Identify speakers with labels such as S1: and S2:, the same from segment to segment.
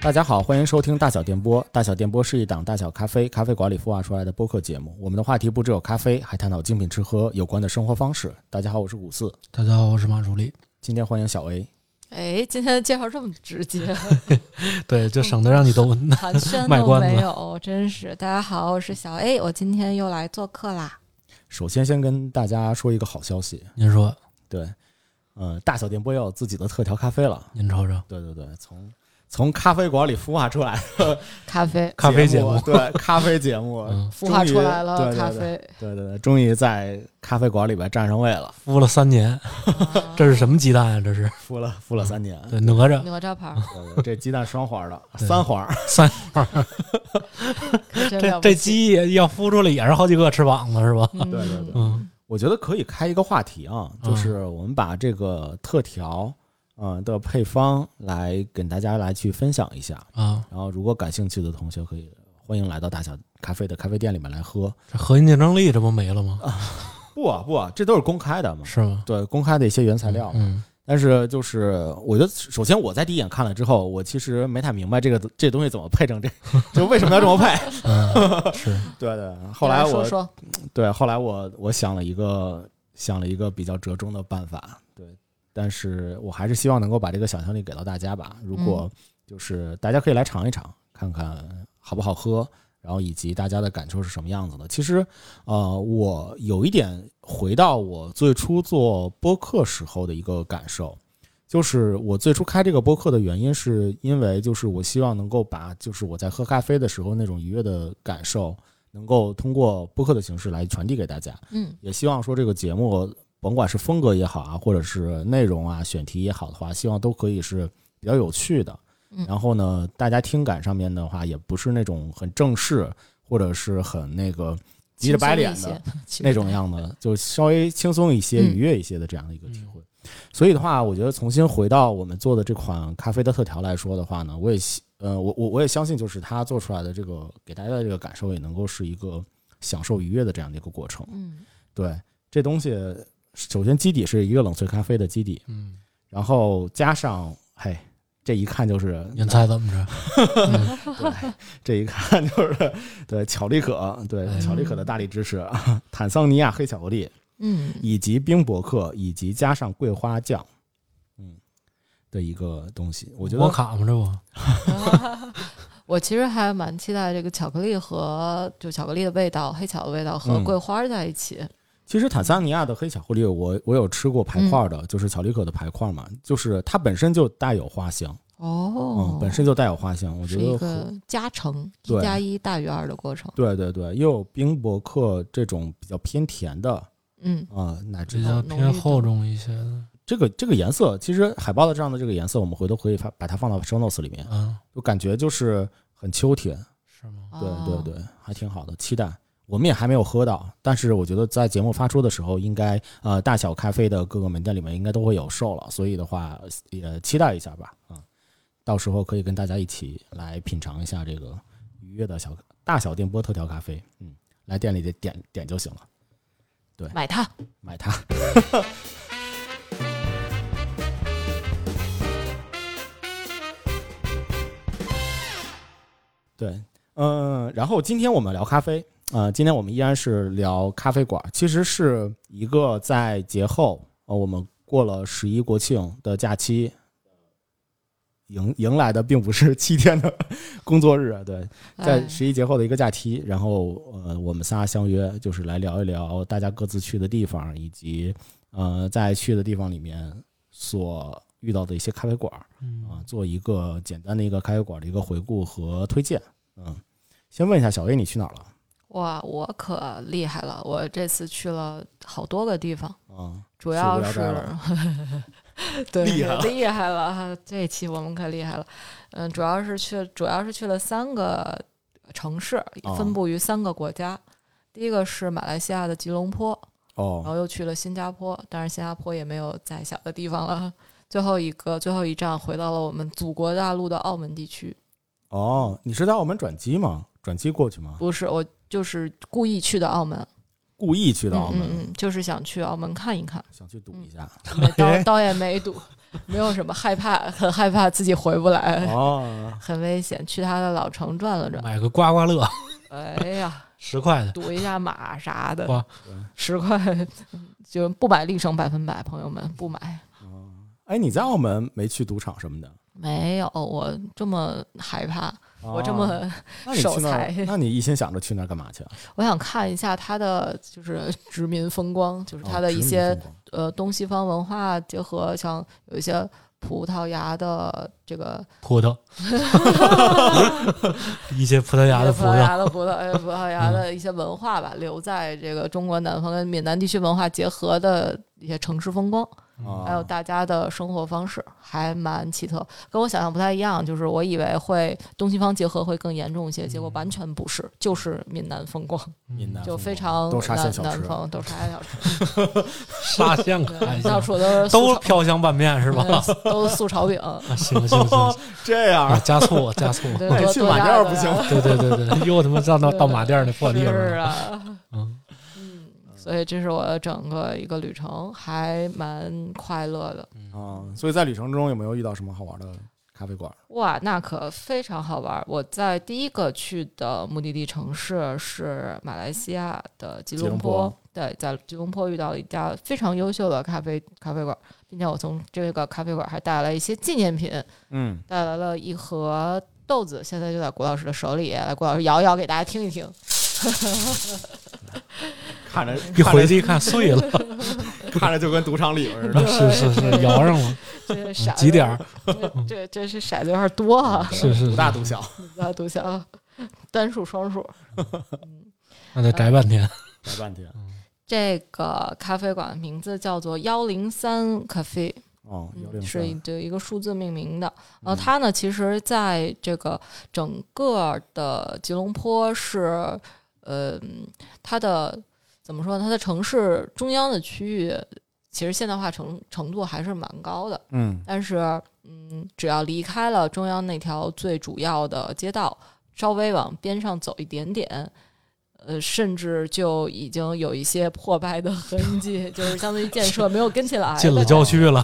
S1: 大家好，欢迎收听大小电波。大小电波是一档大小咖啡咖啡馆里孵化出来的播客节目。我们的话题不只有咖啡，还探讨精品吃喝有关的生活方式。大家好，我是古四。
S2: 大家好，我是马主力。
S1: 今天欢迎小 A。
S3: 哎，今天的介绍这么直接，
S2: 对，
S3: 嗯
S2: 就省得让你都问。
S3: 寒暄
S2: 卖
S3: 都
S2: 关子
S3: 没有，真是。大家好，我是小 A，我今天又来做客啦。
S1: 首先，先跟大家说一个好消息，
S2: 您说，
S1: 对，呃，大小电波要有自己的特调咖啡了。
S2: 您瞅瞅，
S1: 对对对，从 从咖啡馆里孵化出来的
S3: 咖啡
S2: 咖啡节目
S1: 目，
S3: 啊
S1: 对咖啡节目
S2: 嗯
S3: 孵化出来
S1: 终于
S3: 了，
S1: 对对
S3: 咖
S1: 对
S3: 啡。
S1: 对对对，终于在咖啡馆里边占上位 了，
S2: 孵了三年，
S3: 哦
S2: 这是什么鸡蛋啊呀、这是
S1: 孵了孵了三 年。
S2: 对哪吒
S3: 哪吒牌 儿，
S1: 对对这鸡蛋双花的，
S2: 对
S1: 三花儿，
S2: 三，
S3: 可真
S2: 这
S3: 了不
S2: 这
S3: 起，
S2: 鸡也要孵出来也是好几个翅膀子是吧？
S3: 嗯
S1: 对对对
S2: 嗯，
S1: 我觉得可以开一个话题啊，就是我们把这个特调，嗯、的配方来跟大家来去分享一下。
S3: 嗯
S2: 啊，
S1: 然后，如果感兴趣的同学可以欢迎来到大小咖啡的咖啡店里面来喝。
S2: 这核心竞争力这不没了吗？
S1: 不啊不啊，这都是公开的嘛，
S2: 是吗？
S1: 对，公开的一些原材料。
S2: 嗯，
S1: 但是就是，我觉得首先我在第一眼看了之后，我其实没太明白这个这东西怎么配成这，就为什么要这么 配？
S2: 嗯 是
S1: 对对。后来
S3: 你
S1: 我
S3: 说说，
S1: 对，后来我我想了一个想了一个比较折中的办法，对，但是我还是希望能够把这个想象力给到大家吧。如果就是大家可以来尝一尝，看看好不好喝，然后以及大家的感受是什么样子的。其实，呃，我有一点回到我最初做播客时候的一个感受。就是我最初开这个播客的原因，是因为就是我希望能够把就是我在喝咖啡的时候那种愉悦的感受，能够通过播客的形式来传递给大家。
S3: 嗯
S1: 也希望说这个节目，甭管是风格也好啊，或者是内容啊、选题也好的话，希望都可以是比较有趣的。
S3: 嗯
S1: 然后呢，大家听感上面的话，也不是那种很正式，或者是很那个急着白脸
S3: 轻松
S1: 的
S3: 一些其实
S1: 那种样的，就稍微轻松一些、
S3: 嗯
S1: 愉悦一些的这样的一个
S2: 嗯
S1: 体会。所以的话，我觉得重新回到我们做的这款咖啡的特调来说的话呢，我也希呃，我我我也相信，就是它做出来的这个给大家的这个感受，也能够是一个享受愉悦的这样的一个过程。
S3: 嗯，
S1: 对，这东西首先基底是一个冷萃咖啡的基底，
S2: 嗯，
S1: 然后加上嘿，这一看就是
S2: 您猜怎么着？
S1: 对，这一看就是 对巧力可，对
S2: 哎
S1: 巧力可的大力支持，啊坦桑尼亚黑巧克力，
S3: 嗯
S1: 以及冰博客，以及加上桂花酱，嗯，的一个东西。我觉
S2: 我
S1: 得
S2: 卡吗？这不，
S3: 嗯 我其实还蛮期待这个巧克力和就巧克力的味道、黑巧的味道和
S1: 嗯
S3: 桂花在一起。
S1: 其实坦桑尼亚的黑巧克力我，我有吃过排块
S3: 嗯
S1: 的，就是巧力可的排块嘛，就是它本身就带有花香，
S3: 哦
S1: 嗯，，本身就带有花香。我觉
S3: 是
S1: 得
S3: 一
S1: 和
S3: 个加成，
S1: 对
S3: 一加一大于二的过程。
S1: 对对对，又有冰博客这种比较偏甜的
S3: 嗯，
S1: 啊、奶
S2: 这
S1: 制
S2: 叫
S3: 浓浓郁
S2: 偏
S3: 的
S2: 厚重一些的
S1: 这个这个颜色，其实海报的这样的这个颜色，我们回头可以发把它放到 show notes 里面，
S2: 啊，
S1: 就感觉就是很秋天，
S2: 是吗？
S1: 对
S3: 哦啊
S1: 对对，还挺好的，期待。我们也还没有喝到，但是我觉得在节目发出的时候，应该呃大小咖啡的各个门店里面应该都会有售了，所以的话也期待一下吧，啊、到时候可以跟大家一起来品尝一下这个愉悦的小大小电波特调咖啡，嗯，来店里得点点就行了，
S3: 买它。
S1: 买它。 对，嗯，然后今天我们聊咖啡，呃，今天我们依然是聊咖啡馆，其实是一个在节后，呃，我们过了十一国庆的假期，迎迎来的并不是 七天的工作日，对，在
S3: 哎
S1: 十一节后的一个假期，然后呃，我们仨相约就是来聊一聊大家各自去的地方，以及呃在去的地方里面所遇到的一些咖啡馆儿啊、
S2: 嗯，
S1: 做一个简单的一个咖啡馆的一个回顾和推荐。嗯，先问一下小 A，你去哪儿了？
S3: 哇，我可厉害了！我这次去了好多个地方，
S1: 啊、
S3: 主要
S1: 去
S3: 是
S1: 无聊斋了
S3: 对
S1: 厉害了
S3: 厉害了， 这一期我们可厉害了。嗯，主要是去，主要是去了三个城市
S1: 哦，
S3: 分布于三个国家。第一个是马来西亚的吉隆坡，然
S1: 哦，
S3: 后又去了新加坡，当然新加坡也没有再小的地方了。最后一个最后一站回到了我们祖国大陆的澳门地区，
S1: 哦，你是在澳门转机吗？转机过去吗？
S3: 不是我就是故意去的澳门，
S1: 故
S3: 嗯
S1: 意去的澳门，
S3: 嗯嗯嗯，就是想去澳门看一看。
S1: 想去赌一下。
S3: 没倒倒也没赌，没有什么害怕，很害怕自己回不来，
S1: 哦，
S3: 很危险。去他的老城转了转，
S2: 嗯 买个刮刮乐，
S3: 哎呀，
S2: 十块的，
S3: 赌一下马啥的
S2: 哇，
S3: 十块就不买立省百分百，朋友们不买。
S1: 哎，你在澳门没去赌场什么的？
S3: 没有，我这么害怕，我这
S1: 哦
S3: 么，
S1: 那你去那儿
S3: 守财
S1: 那你一心想着去那儿干嘛去啊？
S3: 我想看一下它的就是殖民风光，就是它
S1: 哦
S3: 的
S1: 殖
S3: 一
S1: 民
S3: 些、
S1: 风光
S3: 呃东西方文化结合，像有一些葡萄牙的这个
S2: 葡 萄，一些葡萄牙的
S3: 葡
S2: 葡萄，
S3: 萄
S2: 嗯
S3: 牙的葡萄呃葡 萄牙的一些文化吧，留在这个中国南方跟闽南地区文化结合的一些城市风光，
S1: 哦
S3: 还
S2: 啊
S3: 有大家的生活方式，还蛮奇特，跟我想象不太一样。就是我以为会东西方结合会更严重一些，
S2: 嗯
S3: 结果完全不是，就是闽南风光，
S1: 闽南
S3: 就
S1: 风
S3: 非
S1: 光
S3: 常
S1: 都沙县
S3: 南
S1: 小
S3: 南
S1: 吃
S3: 方，都是沙县 小吃，
S2: 沙县
S3: 对
S2: 看一
S3: 到
S2: 下，
S3: 处都是素
S2: 哎都
S3: 炒
S2: 飘香拌面是吧？
S3: 嗯都是素炒饼，
S2: 啊，行了 行了行 了，
S1: 哦这样
S2: 啊
S1: 儿，
S2: 加醋加醋，
S3: 对
S1: 那你
S3: 多
S1: 去
S3: 多
S1: 马
S3: 大
S1: 甸儿
S3: 的
S1: 不
S3: 呀
S1: 行 吗？
S2: 对对对对，又他妈到到到马甸儿那哎破地方
S3: 啊是
S2: 了，
S3: 啊，
S2: 嗯，
S3: 嗯，所以这是我整个一个旅程，还蛮快乐的。
S1: 啊，所以在旅程中有没有遇到什么好玩的咖啡馆？
S3: 哇，那可非常好玩儿！我在第一个去的目的地城市是马来西亚的吉
S1: 吉隆
S3: 隆坡，对，在吉隆坡遇到了一家非常优秀的咖啡咖啡馆，并且我从这个咖啡馆还带来了一些纪念品，
S1: 嗯，
S3: 带来了一盒豆子，现在就在谷老师的手里，来谷老师摇一摇给大家听一听。
S1: 看着
S2: 一回去一看碎 了，
S1: 看着就跟赌场里边似的。
S2: 是是是，摇上了，
S3: 这 傻
S2: 几点儿？
S3: 这这这是骰子有点多
S1: 嗯
S3: 啊，
S2: 是是
S1: 赌大赌 小，
S3: 不大独享，啊 单数双数。
S2: 那得宅半天，
S1: 来半天。
S3: 这个咖啡馆名字叫做幺零三 cafe，
S1: 哦，幺
S3: 嗯
S1: 零
S3: 是一
S1: 三，
S3: 对一个数字命名的。呃，
S1: 嗯
S3: 它呢，其实在这个整个的吉隆坡是，呃，它的怎么说呢？它的城市中央的区域，其实现代化程程度还是蛮高的。
S1: 嗯，
S3: 但是，嗯，只要离开了中央那条最主要的街道，稍微往边上走一点点，呃，甚至就已经有一些破败的痕 迹，就是相当于建设没有跟起来。
S2: 进了郊区了，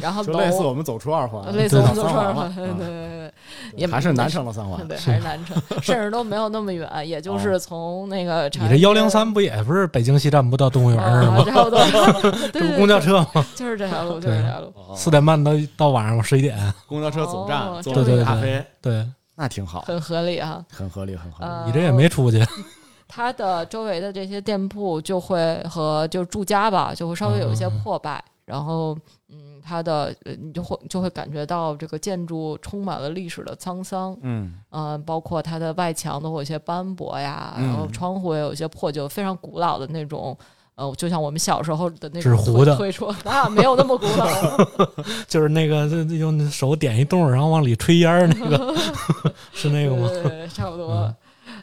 S3: 然后
S1: 就
S3: 楼
S1: 类似我们走出二环，
S3: 类似我们
S1: 走
S3: 做
S1: 出
S3: 事 儿嘛，对
S1: 环了，
S3: 对对
S1: 啊
S3: 也
S1: 还是南城了三环
S3: 对，。对
S2: 是
S3: 还是南城，甚至都没有那么远，也就是从那个
S2: 你这幺零三不也不是北京西站不到动物园儿
S3: 啊
S2: 吗？
S3: 差不多，
S2: 这
S3: 对
S2: 不
S3: 对，
S2: 公交车吗？
S3: 就是这条路，就是这条路。
S1: 哦
S2: 四点半到到晚上十一点，
S1: 公交车总站
S3: 哦
S1: 坐
S3: 这
S1: 着
S2: 么
S1: 咖
S2: 远
S1: 啡，
S2: 对
S1: 那挺好，
S3: 很合理啊，
S1: 很合理，很合理。
S3: 呃
S2: 你这也没出 去，
S3: 它的周围的这些店铺就会和就住家吧，就会稍微有一些
S2: 嗯
S3: 破败，然后嗯，它的呃你就会就会感觉到这个建筑充满了历史的沧桑，
S1: 嗯，
S3: 嗯、包括它的外墙都会有一些斑驳呀，
S1: 嗯
S3: 然后窗户也有一些破旧，非常古老的那种。呃，就像我们小时候的那种
S2: 纸糊的
S3: 推推出，那没有那么古老，
S2: 就是那个这这用手点一洞，然后往里吹烟儿那个， 是那
S3: 对
S2: 个吗？
S3: 对对，差不多。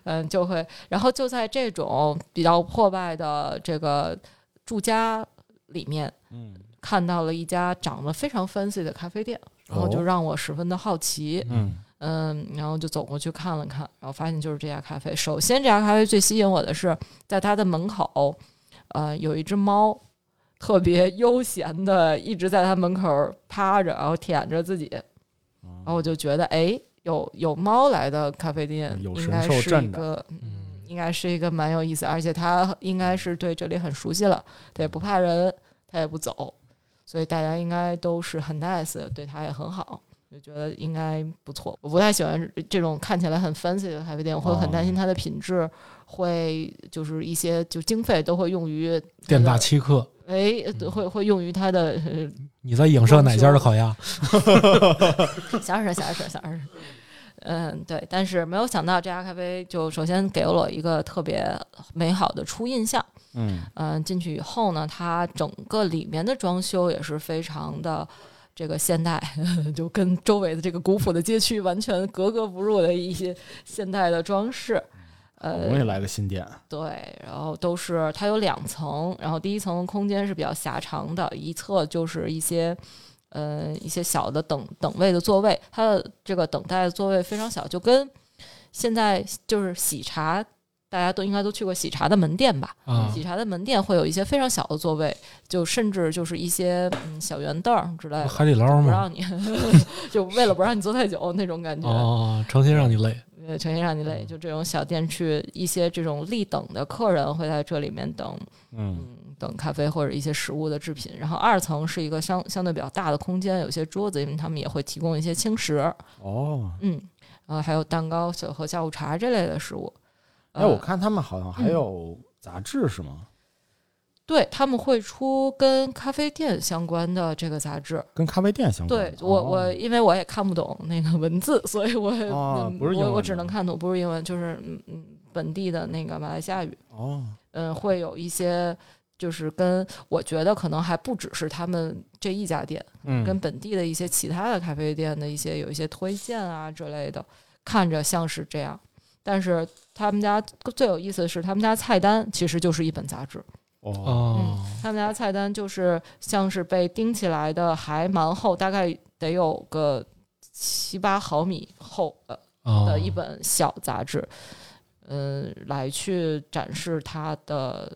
S3: 嗯，就会，然后就在这种比较破败的这个住家里面，
S1: 嗯
S3: 看到了一家长得非常 fancy 的咖啡店，
S1: 哦
S3: 然后就让我十分的好奇，
S1: 嗯
S3: 嗯，然后就走过去看了看，然后发现就是这家咖啡。首先，这家咖啡最吸引我的是，在它的门口，呃，有一只猫，特别悠闲的一直在它门口趴着，然后舔着自己，然
S1: 哦
S3: 后我就觉得，哎，有有猫来的咖啡店，
S1: 有
S3: 应
S1: 神
S3: 该
S1: 兽
S3: 是一
S1: 镇着
S3: 个，
S2: 嗯，
S3: 应该是一个蛮有意思，而且它应该是对这里很熟悉了，它也不怕人，它也不走，所以大家应该都是很 nice，的对它也很好，就觉得应该不错。我不太喜欢这种看起来很 fancy 的咖啡店，我会很担心
S2: 哦
S3: 它的品质会就是一些就经费都会用于
S2: 店大欺客，
S3: 哎
S2: 嗯
S3: 会会用于它的呃
S2: 你在影射哪家的烤鸭？
S3: 想是想是想是，嗯，对。但是没有想到这家咖啡就首先给了我一个特别美好的初印象。
S1: 嗯
S3: 嗯，进去以后呢，它整个里面的装修也是非常的这个现代， 就跟周围的这个古朴的街区完全格格不入的一些现代的装饰。
S1: 好
S3: 呃
S1: 不，容易来个新店，
S3: 对，然后都是它有两层，然后第一层空间是比较狭长的，一侧就是一些。呃，一些小的等等位的座位，它的这个等待的座位非常小，就跟现在就是喜茶大家都应该都去过喜茶的门店吧？
S2: 啊
S3: 喜茶的门店会有一些非常小的座位，就甚至就是一些嗯小圆凳儿之类的，
S2: 海底捞
S3: 呃不
S2: 嘛，
S3: 让你， 就为了不让你坐太久那种感觉。
S2: 哦，成心让你累，
S3: 呃，成心让你累，
S1: 嗯
S3: 就这种小店去一些这种立等的客人会在这里面等，
S1: 嗯
S3: 嗯，等咖啡或者一些食物的制品。然后二层是一个相相对比较大的空间，有些桌子，因为他们也会提供一些轻食，
S1: 哦，
S3: 嗯，然后还有蛋糕小和下午茶这类的食物。呃、
S1: 哎，我看他们好像还有杂志是吗？
S3: 对他们会出跟咖啡店相关的这个杂志。
S1: 跟咖啡店相关
S3: 对
S1: 的？
S3: 我，
S1: 哦
S3: 我因为我也看不懂那个文字，所以我、
S1: 哦
S3: 嗯
S1: 不是英
S3: 我我
S1: 文
S3: 只
S1: 的
S3: 能看懂，不是英文，就是嗯嗯本地的那个马来西亚语。
S1: 哦，
S3: 嗯，会有一些就是跟我觉得可能还不只是他们这一家店，
S1: 嗯
S3: 跟本地的一些其他的咖啡店的一些有一些推荐啊之类的，看着像是这样，但是他们家最有意思的是，他们家菜单其实就是一本杂志，嗯
S1: 哦
S2: 哦，
S3: 他们家菜单就是像是被钉起来的，还蛮厚，大概得有个七八毫米厚呃
S2: 哦
S3: 的一本小杂志，嗯，来去展示它的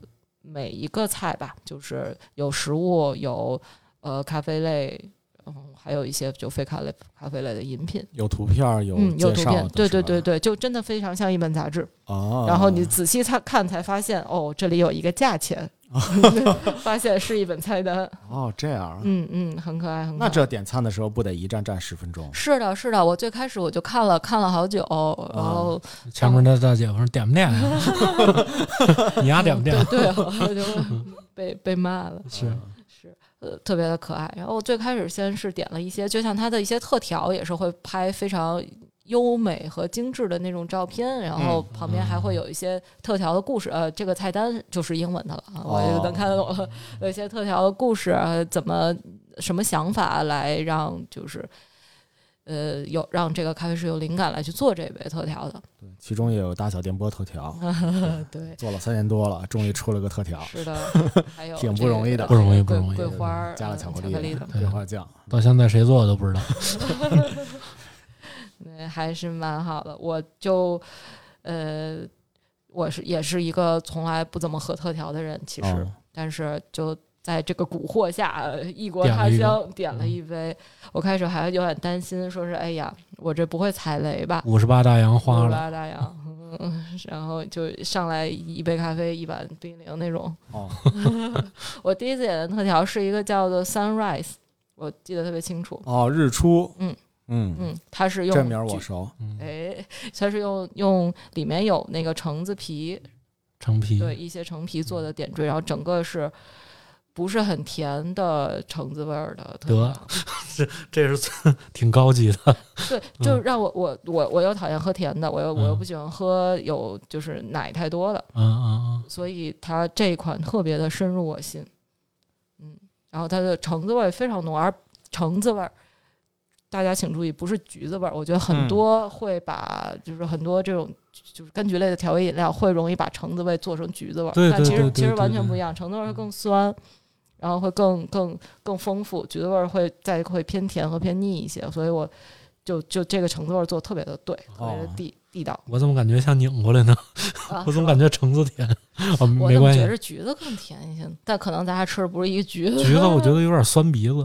S3: 每一个菜吧，就是有食物，有呃咖啡类，嗯，还有一些就非咖类咖啡类的饮品。
S1: 有图片儿，有
S3: 嗯，有
S1: 介
S3: 图
S1: 绍的
S3: 片，对对
S1: 是吧
S3: 对对，就真的非常像一本杂志。
S1: 哦，
S3: 然后你仔细看看才发现，哦，这里有一个价钱， 发现是一本菜单。
S1: 哦这样啊，
S3: 嗯嗯，很可爱，很可爱。
S1: 那这点餐的时候不得一站站十分钟？
S3: 是的，是的，我最开始我就看了看了好久，然
S1: 啊
S3: 后
S2: 前面的大姐夫说点不点 呀？你 丫点不点？
S3: 对，我就被被骂了，
S2: 是
S3: 是呃特别的可爱。然后我最开始先是点了一些，就像它的一些特调也是会拍非常优美和精致的那种照片，然后旁边还会有一些特调的故事。呃，这个菜单就是英文的了，啊，我也能看得懂了。有一些特调的故事，呃怎么什么想法来让就是。呃，有让这个咖啡师有灵感来去做这杯特调的，
S1: 对，其中也有大小电波头条，
S3: 对，
S1: 做了三年多了，终于出了个特调，
S3: 嗯 是的，还有
S1: 挺
S3: 这
S1: 不
S3: 个
S1: 容易的
S2: 不容易不
S3: 桂
S2: 容易
S3: 桂花儿
S1: 加了
S3: 嗯
S1: 巧
S3: 巧
S1: 克
S3: 力
S1: 力
S3: 的，
S1: 桂花酱。
S2: 到现在谁做的都不知道。
S3: 嗯，还是蛮好的。我就呃，我是也是一个从来不怎么喝特调的人，其实，
S1: 哦
S3: 但是就在这个蛊惑下，呃异国
S2: 点了
S3: 他
S2: 一嗯个
S3: 乡点了一杯。我开始还有点担心，说是哎呀，我这不会踩雷吧？
S2: 五十八大洋花
S3: 乌
S2: 了，
S3: 拉大洋，嗯， 然后就上来一杯咖啡，一碗冰凌那种。
S1: 哦，
S3: 我第一次点的特调是一个叫做 Sunrise，我记得特别清楚。
S1: 哦，日出，
S3: 嗯
S1: 嗯，
S3: 嗯，它是用
S1: 这名儿
S3: 橘
S1: 我熟，
S2: 嗯，
S3: 哎，它是用用里面有那个橙子皮，
S1: 嗯
S2: 成批
S3: 对一些橙皮做的点缀，然后整个是不是很甜的橙子味儿的特
S2: 得
S3: 调？
S2: 这是最挺高级的。
S3: 对，
S1: 嗯
S3: 就让我我我我又讨厌喝甜的，我又我又
S2: 嗯
S3: 不喜欢喝有就是奶太多的，
S2: 嗯嗯
S3: 所以它这一款特别的深入我心。嗯，然后它的橙子味儿非常浓，而橙子味儿。大家请注意，不是橘子味儿。我觉得很
S1: 嗯
S3: 多会把，就是很多这种就是柑橘类的调味饮料，会容易把橙子味做成橘子味儿。
S2: 对
S3: 但
S2: 对
S3: 其
S2: 对
S3: 实
S2: 对
S3: 其实
S2: 对
S3: 完全
S2: 对
S3: 不一样，橙子味儿会更酸，然后会更更更丰富，橘子味儿会再会偏甜和偏腻一些。所以我就就这个橙子味儿做得特别的对，特别的
S1: 哦
S3: 地地道。
S2: 我怎么感觉像拧过来呢？
S3: 啊
S2: 我怎么感觉橙子甜？哦，
S1: 嗯
S3: 我
S2: 没
S3: 怎么
S2: 关
S3: 觉
S2: 系，
S3: 着橘子更甜一些呢？但可能咱俩吃的不是一个橘子。
S2: 橘子我觉得有点酸鼻子。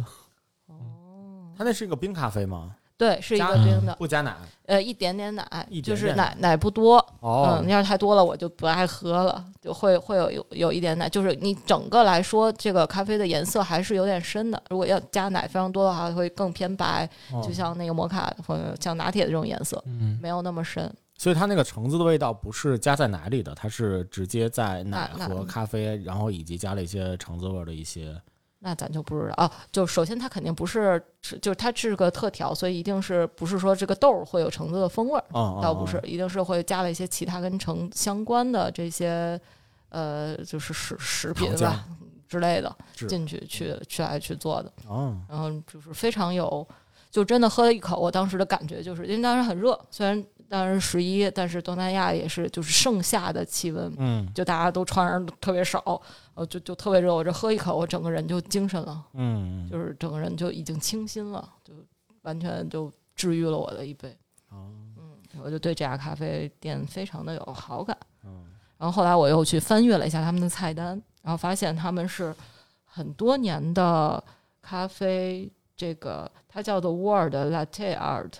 S3: 哦，
S1: 它那是一个冰咖啡吗？
S3: 对，是一
S1: 加
S3: 个冰的，
S1: 不加奶。
S3: 呃，一点点奶
S1: 嗯一，
S3: 就
S1: 点
S3: 是
S1: 点
S3: 奶奶不多，
S1: 哦
S3: 嗯，，要是太多了我就不爱喝了，就会会有有有一点奶，就是你整个来说，这个咖啡的颜色还是有点深的。如果要加奶非常多的话，会更偏白，
S1: 哦
S3: 就像那个摩卡或者像拿铁的这种颜色，
S2: 嗯，
S3: 没有那么深。
S1: 所以它那个橙子的味道不是加在奶里的，它是直接在奶
S3: 奶嗯
S1: 和咖啡，然后以及加了一些橙子味儿的一些。
S3: 那咱就不知道啊。就首先它肯定不是，是就是它是个特调，所以一定是不是说这个豆儿会有橙子的风味儿，
S1: 嗯，嗯
S3: 倒不是，。一定是会加了一些其他跟橙相关的这些，呃，就是食食品
S1: 糖
S3: 吧之类的
S1: 是
S3: 进去去去来去做的，
S1: 嗯嗯，
S3: 然后就是非常有，就真的喝了一口，我当时的感觉就是，因为当时很热，虽然当时十一，但是东南亚也是就是盛夏的气温，
S1: 嗯
S3: 就大家都穿上特别少，呃，就就特别热，我这喝一口，我整个人就精神了，
S1: 嗯，
S3: 就是整个人就已经清新了，就完全就治愈了我的一杯。
S1: 哦
S3: 我就对这家咖啡店非常的有好感。
S1: 嗯
S3: 然后后来我又去翻阅了一下他们的菜单，然后发现他们是很多年的咖啡，这个它叫做 World Latte Art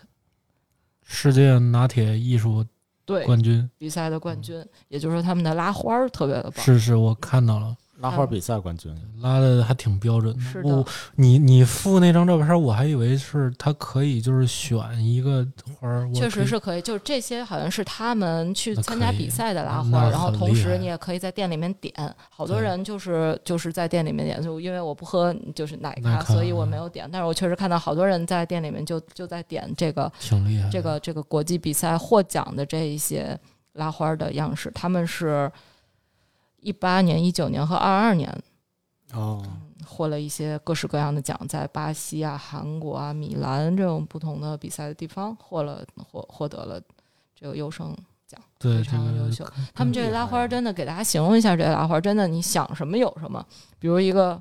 S2: 世界拿铁艺术
S3: 对
S2: 冠军
S3: 比赛的冠军，也就是说他们的拉花儿特别的棒。
S2: 是是，我看到了，
S1: 拉花比赛冠军，
S3: 嗯
S2: 拉的还挺标准
S3: 是的
S2: 我你你附那张照片儿，我还以为是他可以就是选一个花儿，我
S3: 确
S2: 可
S3: 实
S2: 以
S3: 是可以，就是这些好像是他们去
S2: 那
S3: 参
S2: 可
S3: 加
S2: 以
S3: 比赛的拉
S2: 那
S3: 花儿，然后
S2: 很
S3: 同
S2: 厉
S3: 时
S2: 害
S3: 你也可以在店里面点。好多
S2: 对
S3: 人就是就是在店里面点，就因为我不喝就是奶
S2: 奶
S3: 咖，所以
S2: 咖
S3: 我
S2: 嗯
S3: 没有点。但是我确实看到好多人在店里面就就在点这个
S2: 挺厉害的。
S3: 这个这个国际比赛获奖的这一些拉花儿的样式，他们是一八年、一九年和二二年
S1: 哦，
S3: 嗯获了一些各式各样的奖，在巴西啊、韩国啊、米兰这种不同的比赛的地方获了获获得了这个优胜。
S2: 对
S3: 非
S2: 这
S3: 常优
S2: 个
S3: 秀他们这个
S1: 厉
S3: 拉
S1: 害
S3: 花儿真的给大家形容一下，这个拉花儿真的你想什么有什么，比如一个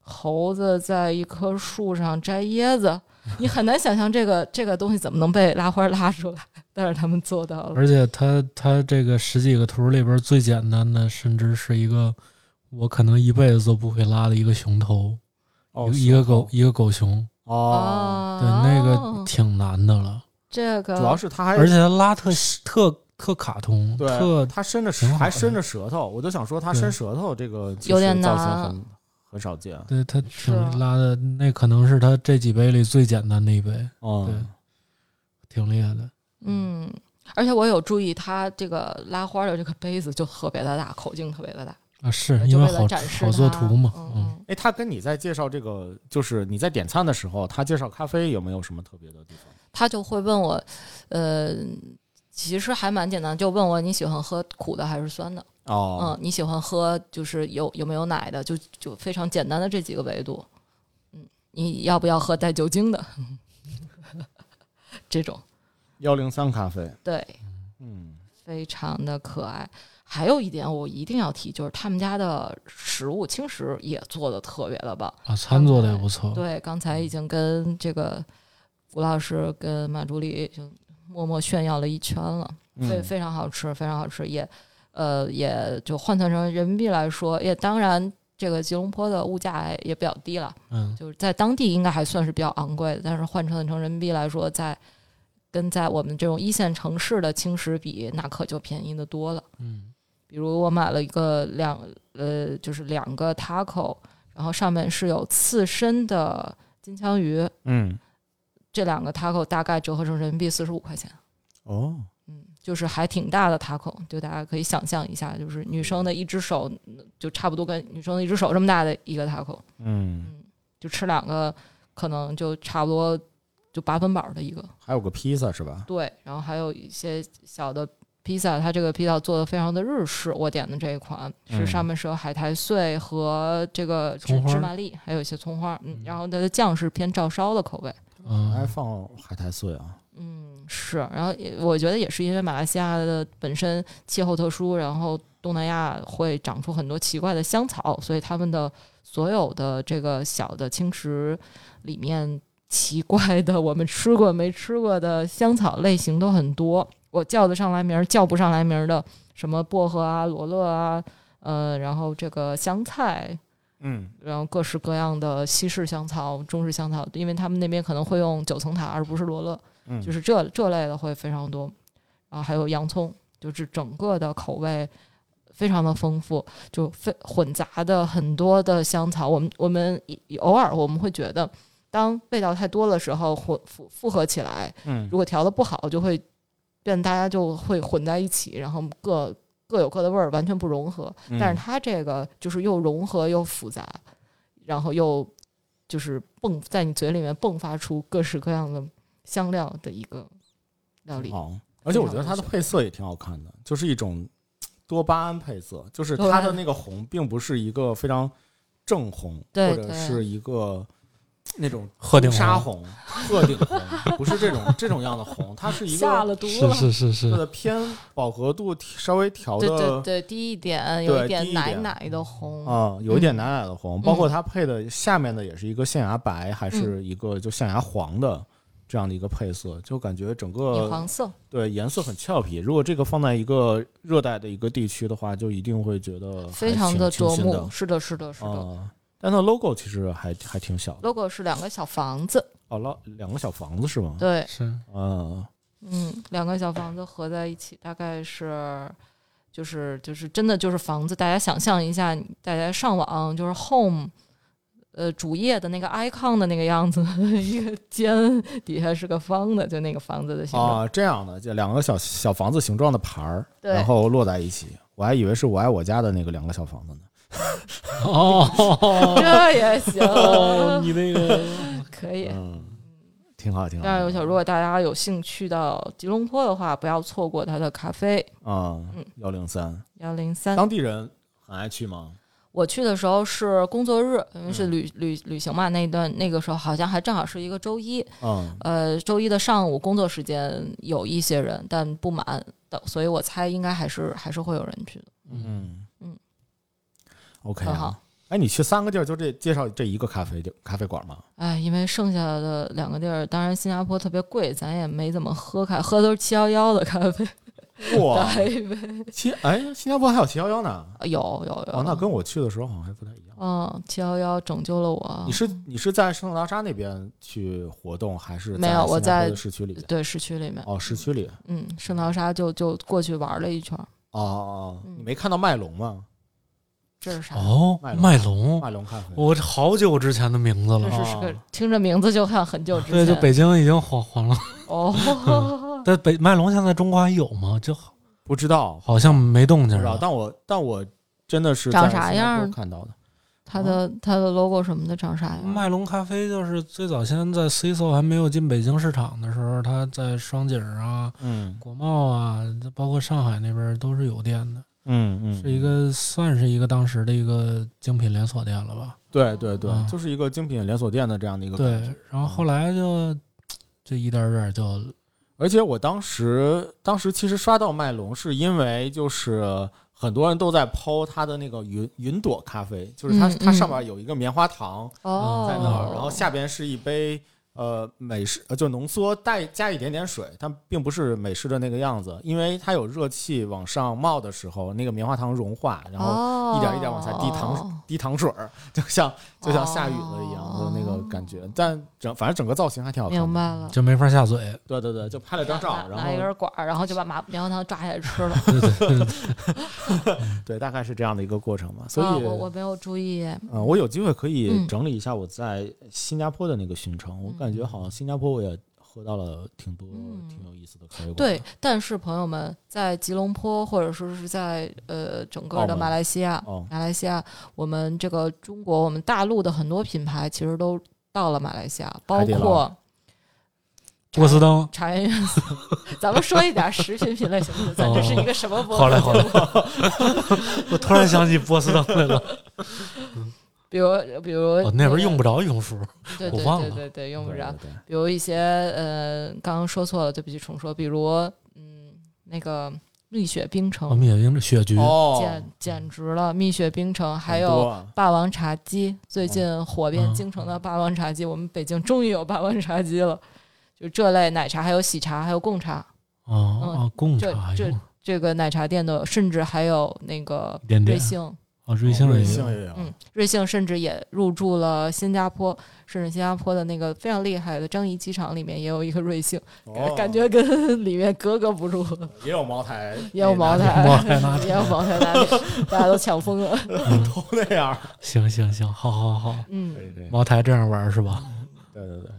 S3: 猴子在一棵树上摘椰子，你很难想象这个这个东西怎么能被拉花儿拉出来，但是他们做到了。
S2: 而且它它这个十几个图里边儿最简单的，甚至是一个我可能一辈子都不会拉的一个熊头，
S1: 哦，
S2: 一个狗一个狗熊，
S1: 哦，
S2: 对、
S3: 哦，
S2: 那个挺难的了，
S3: 这个
S1: 主要是他还
S2: 而且它拉特特特卡通，
S1: 对，
S2: 特
S1: 他伸着
S2: 挺好的
S1: 还伸着舌头，我就想说他
S2: 对
S1: 伸舌头这个其实
S3: 有点
S1: 造
S3: 难
S1: 型很很少见，
S2: 对它
S3: 是
S2: 挺
S3: 啊
S2: 拉的，那可能是它这几杯里最简单的一杯，对
S1: 嗯，
S2: 啊挺厉害的。
S3: 嗯，而且我有注意，它这个拉花儿的这个杯子就特别的大，口径特别的大，
S2: 啊，是
S3: 就
S2: 因
S3: 为
S2: 为
S3: 了
S2: 好
S3: 展示
S2: 好做
S3: 它
S2: 图嘛，
S3: 嗯
S2: 嗯，
S3: 嗯
S1: 哎，他跟你在介绍这个，就是你在点餐的时候，他介绍咖啡有没有什么特别的地方？
S3: 他就会问我，呃，其实还蛮简单，就问我你喜欢喝苦的还是酸的？
S1: 哦，
S3: 嗯，你喜欢喝就是有有没有奶的？就就非常简单的这几个维度。嗯，你要不要喝带酒精的？ 这种
S1: 幺零三咖啡，
S3: 对，
S1: 嗯，
S3: 非常的可爱。还有一点我一定要提，就是他们家的食物轻食也做的特别的棒。
S2: 啊，餐做的也不错，
S3: 对，刚才已经跟这个谷老师跟马助理已经默默炫耀了一圈了，非
S1: 嗯
S3: 非常好吃，非常好吃，也呃也就换算成人民币来说，也当然这个吉隆坡的物价也比较低了，
S2: 嗯，
S3: 就是在当地应该还算是比较昂贵的，但是换算成人民币来说，在跟在我们这种一线城市的轻食比，那可就便宜的多了。
S2: 嗯，
S3: 比如我买了一个两呃，就是两个 taco，然后上面是有刺身的金枪鱼，
S1: 嗯，
S3: 这两个 taco 大概折合成人民币四十五块钱，
S1: 哦，
S3: 嗯，就是还挺大的 taco，就大家可以想象一下，就是女生的一只手，嗯就差不多跟女生的一只手这么大的一个 taco，
S1: 嗯，
S3: 就吃两个，可能就差不多就八分饱的一个，
S1: 还有个披萨是吧？
S3: 对，然后还有一些小的披萨，它这个披萨做的非常的日式。我点的这一款是
S1: 嗯
S3: 上面是有海苔碎和这个芝
S2: 葱花
S3: 芝
S2: 儿
S3: 麻粒，还有一些葱花儿。嗯
S2: 嗯，
S3: 然后它的酱是偏照烧的口味。
S1: 还
S2: 嗯，
S1: 放海苔碎啊？
S3: 嗯，是。然后也我觉得也是因为马来西亚的本身气候特殊，然后东南亚会长出很多奇怪的香草，所以他们的所有的这个小的青食里面，奇怪的我们吃过没吃过的香草类型都很多。我叫得上来名儿，叫不上来名儿的，什么薄荷啊、罗勒啊，呃，然后这个香菜，
S1: 嗯，
S3: 然后各式各样的西式香草、中式香草，因为他们那边可能会用九层塔而不是罗勒。
S1: 嗯
S3: 就是这这类的会非常多，然后还有洋葱，就是整个的口味非常的丰富，就非混杂的很多的香草。我们我们一偶尔我们会觉得，当味道太多的时候，混复复合起来，
S1: 嗯
S3: 如果调的不好，就会变大家就会混在一起，然后各各有各的味儿，完全不融合。
S2: 嗯
S3: 但是它这个就是又融合又复杂，然后又就是迸在你嘴里面迸发出各式各样的香料的一个料理。
S1: 好，而且我觉得它的
S3: 非常优秀
S1: 配色也挺好看的，就是一种多巴胺配色，就是
S3: 多巴
S1: 它的
S3: 胺
S1: 那个红并不是一个非常正红，
S3: 对
S1: 或者
S3: 对
S1: 是一个那种
S2: 鹤顶
S1: 沙
S2: 红
S1: 红、鹤顶红，不是这种这种样的红，它是一
S3: 下
S1: 个
S3: 了毒
S2: 是
S3: 了，
S2: 是是
S1: 它
S2: 是，
S1: 的偏饱和度稍微调
S3: 对对
S1: 的
S3: 对，低一点，有
S1: 对低
S3: 点
S1: 一
S3: 奶
S1: 点
S3: 奶的红，
S1: 啊、有一点
S3: 嗯
S1: 奶奶的红，包括
S3: 嗯
S1: 它配的下面的也是一个象牙白，还是一个就象牙黄的这样的一个配色，就感觉整
S3: 米
S1: 个
S3: 黄色，
S1: 对颜色很俏皮。如果这个放在一个热带的一个地区的话，就一定会觉
S2: 哎
S1: 得
S3: 非常
S1: 的
S3: 的夺目。是的，是的，是
S1: 啊、
S2: 嗯
S3: 的。
S1: 但它 logo 其实还还挺小的
S3: logo 是两个小房子，
S1: 哦，老两个小房子是吗？
S3: 对，
S2: 是
S1: 嗯，
S3: 嗯，两个小房子合在一起，大概是，就是就是真的就是房子。大家想象一下，大家上网就是 home，呃，主页的那个 icon 的那个样子， 一个尖底下是个方的，就那个房子的形状。
S1: 啊，这样的，就两个小小房子形状的牌儿，
S3: 对
S1: 然后摞在一起。我还以为是我爱我家的那个两个小房子呢。
S2: 哦，
S3: 这也行，
S2: 哦你那个
S3: 可以。
S1: 嗯，挺好，挺好。
S3: 但是有小，如果大家有兴趣到吉隆坡的话，不要错过它的咖啡
S1: 啊
S3: 嗯，
S1: 幺零三，
S3: 幺零三。
S2: 哦
S1: 当地人很爱去吗？
S3: 我去的时候是工作日，因为是
S2: 嗯
S3: 旅旅旅行嘛，那一段那个时候好像还正好是一个周一，
S1: 嗯，
S3: 呃，周一的上午工作时间有一些人，但不满的，所以我猜应该还是还是会有人去的，
S1: 嗯
S3: 嗯
S1: ，OK，
S3: 很好
S1: 啊。。哎，你去三个地儿，就这介绍这一个咖啡地咖啡馆 吗？
S3: 哎，因为剩下的两个地儿，当然新加坡特别贵，咱也没怎么喝咖，喝都是七幺幺的咖啡，
S1: 哇，
S3: 打一杯。
S1: 新哎，新加坡还有七幺幺呢。
S3: 有有有，
S1: 哦，那跟我去的时候好像还不太一样。
S3: 嗯，七幺幺拯救了我
S1: 你。是你是在圣淘沙那边去活动，还是
S3: 没有
S1: 新加坡
S3: 我在
S1: 的市区里边？
S3: 对，市区里面，
S1: 哦，市区里。
S3: 嗯，圣淘沙就就过去玩了一圈儿。
S1: 哦哦，哦
S3: 嗯
S1: 你没看到麦龙吗？
S3: 这是啥？
S2: 哦，麦
S3: 嗯
S2: 龙，
S1: 麦龙咖啡。
S2: 我这好久之前的名字
S3: 这
S2: 了。
S3: 是是个
S1: 哦
S3: 听着名字就像很久之
S2: 对，
S3: 前。
S2: 就北京已经黄黄了。
S3: 哦，
S2: 但北麦龙现在中国还有吗？就好
S1: 不知道，
S2: 好像没动
S1: 不
S2: 静
S1: 知道，
S2: 了。
S1: 但我但我真的是
S3: 长
S1: 在
S3: 啥
S1: 新加坡
S3: 样
S1: 看到的。
S3: 它的它的 logo 什么的长啥样？
S2: 麦龙咖啡就是最早先在 CISO 还没有进北京市场的时候，它在双井啊、
S1: 嗯
S2: 国贸啊，包括上海那边都是有店的，
S1: 嗯嗯，
S2: 是一个算是一个当时的一个精品连锁店了吧？
S1: 对对对
S2: 啊，
S1: 就是一个精品连锁店的这样的一个
S2: 对
S1: 感觉。，嗯
S2: 然后后来就这一点点就
S1: 而且我当时当时其实刷到麦龙，是因为就是很多人都在抛它的那个云云朵咖啡，就是它
S3: 嗯
S1: 它
S3: 嗯
S1: 上面有一个棉花糖
S3: 哦，
S1: 在那儿，然后下边是一杯。呃，美式呃就浓缩带加一点点水，它并不是美式的那个样子，因为它有热气往上冒的时候，那个棉花糖融化，然后
S3: 后
S1: 一点一点往下滴糖
S3: 哦、
S1: 滴糖水儿，就像就像下雨了一样的那个感觉。但整反正整个造型还挺好看的。
S3: 明白了。
S2: 就没法下嘴。
S1: 对对对，就拍了张照，
S3: 拿
S1: 然
S3: 拿一
S1: 后
S3: 根管儿，然后就把麻棉花糖抓起来吃了。
S2: 对对对对，
S1: 对，大概是这样的一个过程嘛。 所以，
S3: 啊、我我没有注意，
S1: 呃我有机会可以
S3: 嗯
S1: 整理一下我在新加坡的那个行程。我感觉好像新加坡我也喝到了挺多、
S3: 嗯
S1: 挺有意思的咖啡馆。
S3: 对，，但是朋友们，在吉隆坡或者说是在呃整个
S1: 澳
S3: 的
S1: 门
S3: 马来西亚，
S1: 哦
S3: 马来西亚，我们这个中国，我们大陆的很多品牌其实都到了马来西亚，包
S1: 海底捞
S3: 括
S2: 波司登。
S3: 茶颜悦色。 咱们说一点食品品类行不行？咱这是
S1: 哦
S3: 一个什 么播客？
S2: 好嘞好嘞，我突然想起波司登来 了。
S3: 比如比如、
S2: 哦，那边用不着用书，
S3: 对
S2: 我
S3: 对
S2: 忘
S3: 对
S2: 了
S3: 对对，用不着。
S1: 对对对
S3: 比如一些呃，刚刚说错了，对不起，重说。比如嗯，那个蜜雪冰
S2: 我
S3: 城
S2: 们，也用这雪菊。
S1: 哦
S3: 简，简直了，蜜雪冰城，还
S1: 很
S3: 有
S1: 多哦啊
S3: 霸王茶姬，最近火遍
S2: 嗯
S3: 京城的霸王茶姬，我们北京终于有霸王茶姬了。就这类奶茶，还有喜茶，还有贡茶，
S2: 哦哦，贡
S3: 这
S2: 茶
S3: 这
S2: 用
S3: 这个奶茶店都有，甚至还有那个
S2: 一点
S3: 瑞
S2: 点。
S3: 幸，
S1: 嗯
S2: 哦，瑞幸
S1: 瑞
S2: 也
S1: 幸
S2: 有。
S1: 也有，
S3: 嗯，瑞幸甚至也入驻了新加坡，甚至新加坡的那个非常厉害的樟宜机场里面也有一个瑞幸，
S1: 哦
S3: 嗯
S1: 哎
S3: 感觉跟里面格格不入，
S1: 也有茅台，
S3: 也有茅
S1: 也拿
S3: 台
S2: 茅台拿，
S3: 也有茅台拿铁，大家都抢疯了。
S1: 铁都那样。
S2: 行行行，好好好，
S3: 嗯
S1: 对对
S2: 茅台这样玩是吧？
S1: 对对对，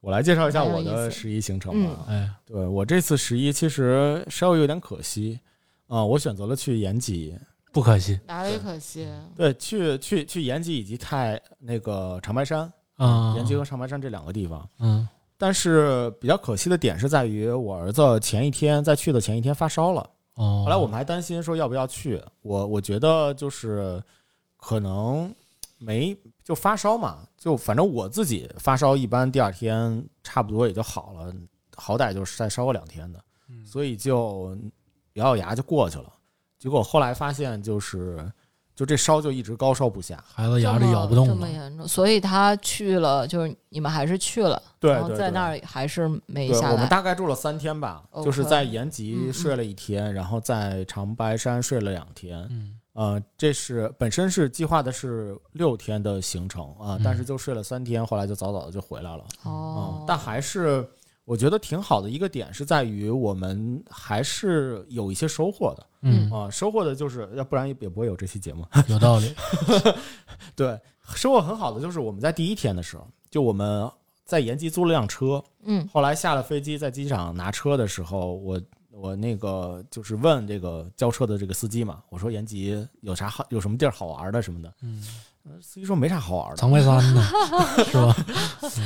S1: 我来介绍一下
S3: 蛮有
S1: 我的
S3: 意思嗯
S1: 十一行程吧。啊
S2: 哎，
S1: 对我这次十一其实稍微有点可惜，啊、我选择了去延吉，
S2: 不可惜
S3: 哪里可惜？
S1: 对，去去去延吉以及太那个长白山，
S2: 啊。
S1: 延吉和长白山这两个地方。
S2: 嗯，
S1: 但是比较可惜的点是在于，我儿子前一天在去的前一天发烧了，
S2: 哦。
S1: 后来我们还担心说要不要去，我我觉得就是可能没就发烧嘛，就反正我自己发烧一般第二天差不多也就好了，好歹就是再烧个两天的，所以就咬咬牙就过去了。结果后来发现就是就这烧就一直高烧不下。
S2: 孩子
S3: 这
S2: 牙里
S3: 么
S2: 咬不动啊
S3: 这
S2: 了
S3: 么。严重，所以他去了，就是你们还是去了，
S1: 对
S3: 然后
S1: 对
S3: 在
S1: 对
S3: 那儿还是没
S1: 对，
S3: 下
S1: 我们
S3: 来。
S1: 大概住了三天吧，
S3: OK
S1: 就是在延
S3: 嗯
S1: 吉
S3: 嗯
S1: 睡了一天，然后在长白山睡了两天。
S2: 嗯，
S1: 呃，这是本身是计划的是六天的行程啊、
S2: 嗯
S1: 但是就睡了三天，后来就早早的就回来了。
S3: 哦
S1: 嗯，，但还是我觉得挺好的一个点是在于我们还是有一些收获的
S2: 嗯，
S1: 啊、收获的就是要不然也不会有这期节目。
S2: 有道理。
S1: 对，收获很好的就是我们在第一天的时候，就我们在延吉租了辆车，
S3: 嗯
S1: 后来下了飞机，在机场拿车的时候，我我那个就是问这个叫车的这个司机嘛，我说延吉有啥好有什么地儿好玩的什么的，呃
S2: 嗯，
S1: 司机说没啥好玩的，
S2: 长白 山呢，是吧？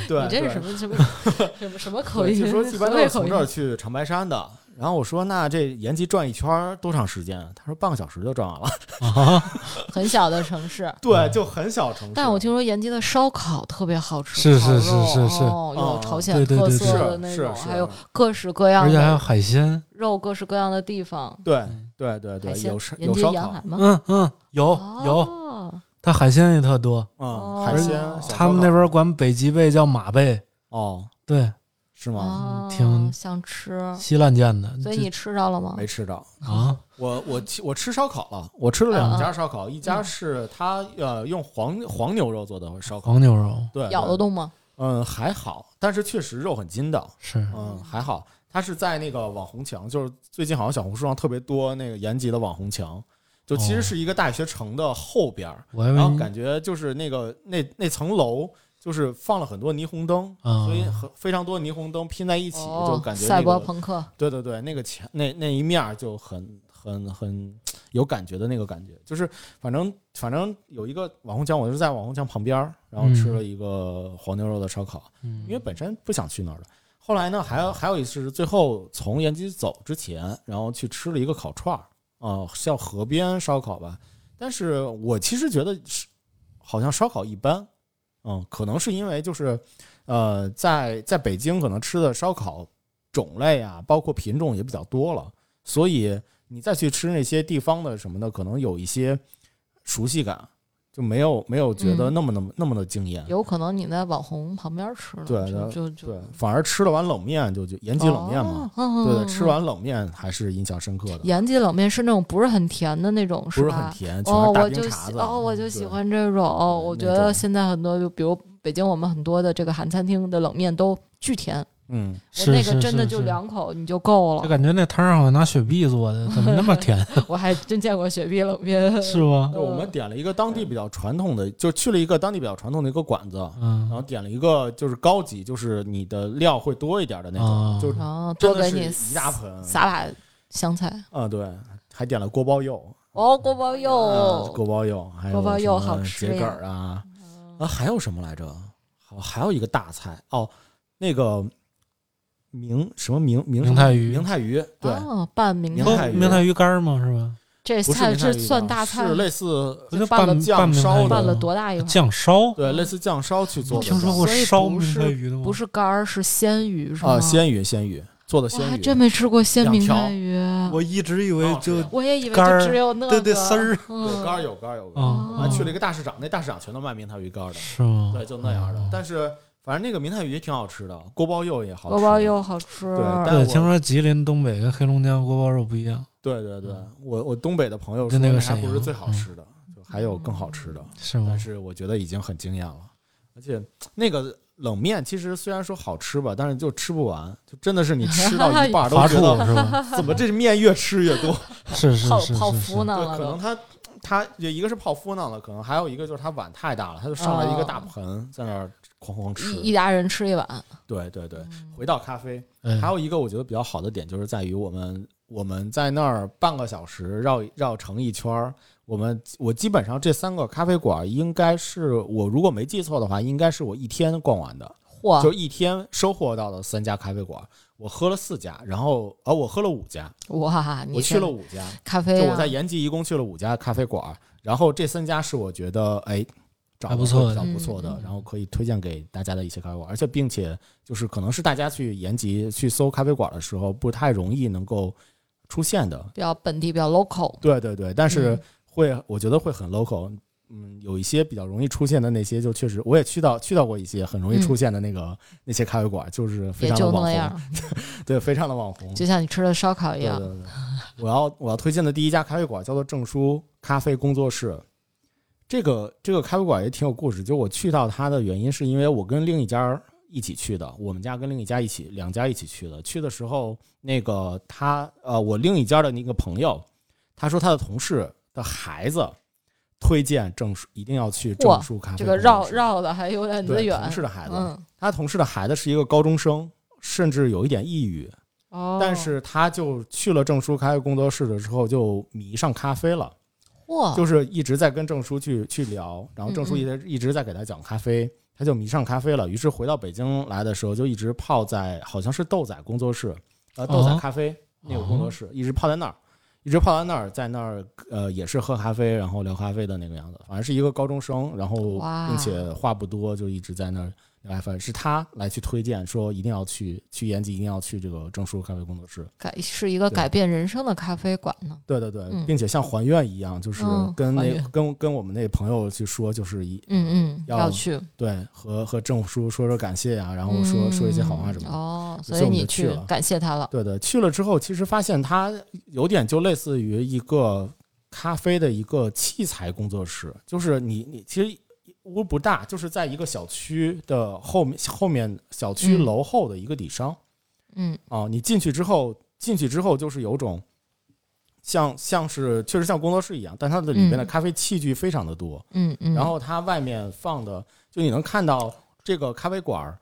S1: 对，
S3: 你这是什
S1: 么
S3: 么什么 什么什么口
S1: 口音？
S3: 音？
S1: 就说一般
S3: 河
S1: 都是
S3: 北口
S1: 从
S3: 音
S1: 这儿去长白山的。然后我说那这延吉转一圈儿多长时间啊？他说半个小时就转 完了。
S2: 啊，
S3: 很小的 城市，
S2: 嗯
S1: 对，就很小城市。
S3: 但我听说延吉的烧烤特别好吃，
S2: 是
S3: 烤
S2: 是是
S3: 肉
S2: 是是
S3: 哦有
S1: 哦
S3: 朝鲜
S2: 对对
S3: 特
S2: 对
S3: 色的
S1: 是
S3: 那
S1: 是
S3: 种，
S1: 是，
S3: 还有各式各样
S2: 而且还有
S3: 的
S2: 海鲜。
S3: 肉，各式各样的地方，
S1: 对对对
S3: 海
S1: 对，
S3: 鲜
S1: 有烧，
S3: 延
S1: 有
S3: 吉
S1: 烧
S3: 沿海
S1: 烤，
S3: 吗？
S2: 嗯嗯，有有，
S3: 哦
S2: 它海鲜也特多。
S1: 嗯，海鲜
S3: 哦。
S1: 小
S2: 他们
S1: 烧
S2: 那
S1: 烤
S2: 边管北极贝叫马贝，
S1: 哦，
S2: 对，
S1: 是吗？
S3: 哦，
S2: 挺
S3: 想吃，
S2: 稀烂贱的。
S3: 嗯所以
S2: 这
S3: 你吃着了吗？
S1: 没吃着。
S2: 啊，
S1: 我我吃我吃烧烤了，我吃了
S3: 嗯
S1: 两家烧烤，一家是它呃用黄黄牛肉做的烧烤，
S2: 黄牛肉
S1: 对，对
S3: 咬得，动吗？
S1: 嗯还好，但是确实肉很筋道，
S2: 是
S1: 嗯还好。它是在那个网红墙，就是最近好像小红书上特别多那个延吉的网红墙，就其实是一个大学城的后边儿，
S2: 我还以
S1: 然后
S2: 为
S1: 感觉就是那个那那层楼就是放了很多霓虹灯，
S2: 啊
S1: 所以很非常多霓虹灯拼在一起，
S3: 哦
S1: 就感觉
S3: 赛
S1: 那
S3: 博
S1: 个
S3: 朋克，
S1: 对对对，那个墙那那一面儿就很很很有感觉的那个感觉，就是反正反正有一个网红墙，我就在网红墙旁边儿，然后吃了一个黄牛肉的烧烤，
S2: 嗯
S1: 因为本身不想去那儿的。后来呢，还有还有一次是最后从延吉走之前，然后去吃了一个烤串儿，啊、叫河边烧烤吧。但是我其实觉得是好像烧烤一般，嗯，可能是因为就是呃，在在北京可能吃的烧烤种类啊，包括品种也比较多了，所以你再去吃那些地方的什么的，可能有一些熟悉感，就没有没有觉得
S3: 嗯
S1: 那么那么、那么的惊艳。
S3: 有可能你在网红旁边吃呢，
S1: 嗯对
S3: 就
S1: 的
S3: 就就
S1: 对，反而吃了碗冷面就就延吉冷面嘛，，
S3: 哦
S1: 对对，吃。完冷面还是印象深刻的，
S3: 延吉冷面是那种不是很甜的那种，
S1: 不是很
S3: 吧？
S1: 甜，全
S3: 哦
S1: 是，大
S3: 我
S1: 冰
S3: 就
S1: 碴
S3: 喜
S1: 子。啊嗯
S3: 哦，我就
S1: 对
S3: 喜欢这种。哦我觉得
S1: 种
S3: 现在很多，就比如北京，我们很多的这个韩餐厅的冷面都巨甜，
S1: 嗯，
S3: 我
S2: 是
S3: 那
S2: 是
S3: 个真的
S2: 是
S3: 就是两口你就够
S2: 就
S3: 了。
S2: 感觉那摊儿好像拿雪碧做的，怎么那么 甜？
S3: 我还真见过雪碧冷 面，
S2: 是吧？
S1: 就我们点了一个当地比较传统的，就去了一个当地比较传统的一个馆子，然
S2: 嗯
S1: 后点了一个就是高级，就是你的料会多一点的那
S2: 哦
S1: 种，就
S3: 然后多
S1: 真的是
S3: 给你
S1: 一大盆
S3: 撒把香菜。
S1: 啊，对，还点了锅包肉，
S3: 哦，锅包
S1: 啊
S3: 肉，
S1: 锅包肉，还有
S3: 哦锅包肉
S1: 什么
S3: 好吃呀
S1: 桔梗儿啊，
S3: 嗯
S1: 啊，还有什么来着？好，还有一个大菜哦，那个明什么明明
S2: 明太鱼
S1: 明太鱼，对，
S3: 哦，拌明
S1: 明
S3: 太
S2: 都
S1: 太鱼
S2: 明太鱼干儿嘛，是吧？
S3: 这
S1: 不是
S3: 菜
S1: 明太
S3: 是
S1: 鱼
S3: 算
S1: 吧
S3: 大菜吗
S1: 是，类似
S2: 不就
S3: 拌了
S2: 拌
S1: 酱
S2: 拌明太
S1: 烧
S2: 鱼
S1: 的
S3: 拌了
S2: 吗
S3: 多大一碗？
S2: 酱烧？
S1: 对类似酱烧去做的
S2: 你听
S1: 吧，
S2: 说过
S3: 所以
S2: 烧
S3: 不
S2: 明太
S3: 是
S2: 鱼的吗？
S3: 不是干儿，是鲜鱼是吗？
S1: 啊？鲜鱼鲜鱼做的
S3: 我还
S1: 鲜鱼，
S3: 真没吃过鲜
S1: 两
S3: 明
S1: 条
S3: 太鱼，
S2: 我一直以为就
S3: 我也以为
S2: 干
S3: 就
S2: 儿
S3: 只有那个
S2: 对对丝儿
S1: 有干儿
S3: 嗯
S1: 有干儿有干儿。
S2: 啊
S1: 啊，去了
S2: 个
S1: 一个大市场，那大市场全都卖明太鱼干儿的，
S2: 是吗？
S1: 对，就那样的
S2: 哦。
S1: 但是反正那个明太鱼挺好吃的，锅包肉也好吃，
S3: 锅包肉好吃。
S1: 对但
S2: 对，
S1: 我
S2: 听说吉林、东北跟黑龙江锅包肉不一样，
S1: 对对对
S2: 嗯，
S1: 我我东北的朋友
S2: 就
S1: 说
S2: 那个
S1: 还
S2: 沈
S1: 不是
S2: 阳
S1: 最好
S2: 嗯
S1: 吃的，就还有更好吃的，
S2: 是吗
S3: 嗯
S1: 但？是我觉得已经很惊艳了。而且那个冷面其实虽然说好吃吧，但是就吃不完，就真的是你吃到一 半儿都
S2: 发
S1: 觉
S2: 怵
S1: 得
S2: 是吧？
S1: 怎么这面越吃越多。
S2: 是是
S3: 泡
S2: 是
S3: 泡
S2: 是
S3: 芙
S2: 是，
S3: 呢
S1: 对，
S3: 了
S1: 可能
S3: 都，
S1: 他他也一个是泡芙那了，可能还有一个就是他碗太大了，他就上来一个大盆在那儿哐哐吃。
S3: 哦一一家人吃一碗。
S1: 对对对，
S3: 嗯
S1: 回到咖啡，
S2: 哎
S1: 还有一个我觉得比较好的点就是在于我们我们在那儿半个小时绕绕城一圈儿，我们我基本上这三个咖啡馆应该是我如果没记错的话，应该是我一天逛完的，就
S3: 嚯，
S1: 一天收获到的三家咖啡馆，我喝了四家，然后啊我喝了五家，
S3: 哇，你
S1: 我去
S3: 这
S1: 了五家，
S3: 咖
S1: 就
S3: 啡啊，
S1: 我在延吉一共去了五家咖啡馆，然后这三家是我觉得哎。找
S2: 还不
S1: 得
S2: 错
S1: 比较
S3: 的
S1: 不错的
S3: 嗯，
S1: 然后可以推荐给大家的一些咖啡馆，而且并且就是可能是大家去延吉去搜咖啡馆的时候不太容易能够出现的，
S3: 比较本地，比较 local。
S1: 对对对，但是
S3: 嗯
S1: 会我觉得会很 local。嗯，有一些比较容易出现的那些，就确实我也去到去到过一些很容易出现的那个、那些咖啡馆，就是非
S3: 嗯也
S1: 常的
S3: 就
S1: 网
S3: 那
S1: 红，嗯
S3: 样，
S1: 对，非常的网红。
S3: 就像你吃的烧烤一
S1: 对
S3: 样
S1: 对。 对，我要我要推荐的第一家咖啡馆叫做正书咖啡工作室。这个这个咖啡馆也挺有故事，就我去到它的原因是因为我跟另一家一起去的，我们家跟另一家一起两家一起去的。去的时候，那个他呃，我另一家的那个朋友，他说他的同事的孩子推荐正书一定要去正书咖啡
S3: 这
S1: 工
S3: 个
S1: 作室。
S3: 绕绕的还有点的
S1: 对
S3: 远。
S1: 同事的孩子
S3: 嗯，
S1: 他同事的孩子是一个高中生，甚至有一点抑郁，
S3: 哦，
S1: 但是他就去了证书咖啡工作室的时候，就迷上咖啡了，
S3: 哇，
S1: 就是一直在跟证书去去聊，然后证书
S3: 哦嗯嗯
S1: 一直一直在给他讲咖啡，他就迷上咖啡了。于是回到北京来的时候，就一直泡在好像是豆仔工作室，呃，豆仔
S2: 哦
S1: 咖啡那个工作室，一直泡在那儿，一直泡在那儿，在那儿呃也是喝咖啡，然后聊咖啡的那个样子。反正是一个高中生，然后
S3: 哇哦
S1: 并且话不多，就一直在那儿聊咖啡。是他来去推荐说一定要去去延吉，一定要去这个证书咖啡工作室。
S3: 改是一个
S1: 对
S3: 改变人生的咖啡馆呢。
S1: 对对对，
S3: 嗯
S1: 并且像还愿一样，就是
S3: 嗯
S1: 跟
S3: 还
S1: 那、
S3: 愿
S1: 跟跟我们那朋友去说，就是一
S3: 嗯嗯，
S1: 要
S3: 要去
S1: 对和和郑叔说说感谢呀、然后说、说一些好话什么
S3: 嗯
S1: 的。
S3: 哦，
S1: 所
S3: 所
S1: 以
S3: 以
S1: 我们
S3: 你
S1: 就去
S3: 去
S1: 了
S3: 感谢他了。
S1: 对对，去了之后，其实发现它有点就类似于一个咖啡的一个器材工作室，就是你你其实屋不大，就是在一个小区的后面后面小区
S3: 嗯
S1: 楼后的一个底商。
S3: 嗯，
S1: 啊，你进去之后，进去之后就是有种像像是确实像工作室一样，但它的里面的
S3: 嗯
S1: 咖啡器具非常的多，
S3: 嗯嗯，
S1: 然后它外面放的就你能看到这个咖啡馆儿，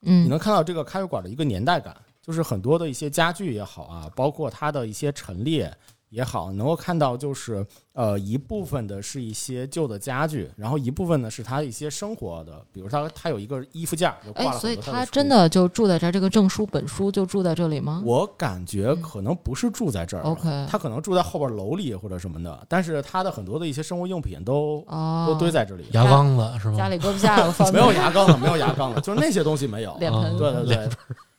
S1: 你
S3: 嗯
S1: 能看到这个咖啡馆儿的一个年代感，就是很多的一些家具也好啊，包括它的一些陈列。也好，能够看到就是呃一部分的是一些旧的家具，然后一部分呢是它一些生活的，比如它它有一个衣服架儿，就挂
S3: 哎
S1: 了，很
S3: 所以
S1: 多它
S3: 他
S1: 书
S3: 真的就住在这儿，这个证书本书就住在这里吗
S1: 我感觉可能不是住在这儿了、
S3: 嗯？OK，
S1: 他可能住在后边楼里或者什么的，但是他的很多的一些生活用品都、
S3: 哦，
S1: 都堆在这里，
S2: 牙缸子是
S3: 家
S2: 吧？
S3: 里搁不下 了，放
S1: 没有牙缸了，没有牙缸了，就是那些东西没有。
S3: 脸
S2: 啊
S3: 盆。
S1: 对对对，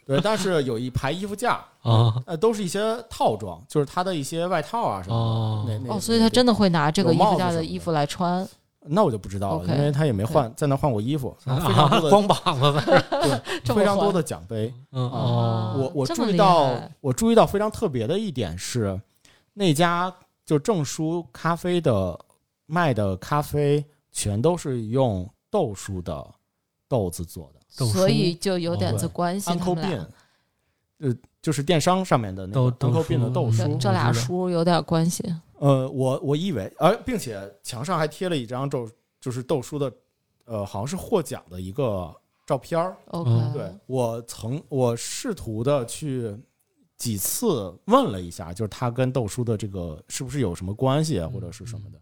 S1: 对，但是有一排衣服架，
S2: 啊，
S1: 呃，都是一些套装，就是他的一些外套啊什么的。
S2: 哦
S1: 那那
S3: 哦，所以他真的会拿这个衣
S1: 有帽
S3: 服
S1: 子
S3: 架
S1: 什么
S3: 的
S1: 的
S3: 衣服来穿，
S1: 那我就不知道了
S3: OK，
S1: 因为他也没换，在那换过衣服，非 常
S2: 啊
S1: 多的、
S2: 光膀子在这儿，
S3: 这么
S1: 非常多
S3: 欢
S1: 的奖杯。
S2: 嗯
S1: 啊
S2: 哦，
S1: 我我
S3: 这
S1: 注
S3: 么
S1: 意
S3: 厉
S1: 到
S3: 害，
S1: 我注意到非常特别的一点是，那家就正书咖啡的卖的咖啡全都是用豆树的豆子做的，
S2: 豆
S3: 所
S2: 书
S3: 以就有点
S1: 哦
S3: 子关系。他
S1: Uncle
S3: 们俩
S1: Bean，呃，就是电商上面的那
S2: 豆
S1: 个
S2: 豆
S1: Uncle Bean 的
S2: 书
S1: 豆
S2: 嗯
S1: 书
S3: 这。
S2: 我
S3: 这
S2: 知
S3: 俩
S2: 道
S3: 书有点关系。
S1: 呃，我我以为，而、并且墙上还贴了一张豆，就是豆书的，呃，好像是获奖的一个照片儿。
S3: OK，
S2: 嗯
S1: 对我曾我试图的去几次问了一下，就是他跟豆叔的这个是不是有什么关系啊，或者是什么
S2: 嗯
S1: 的。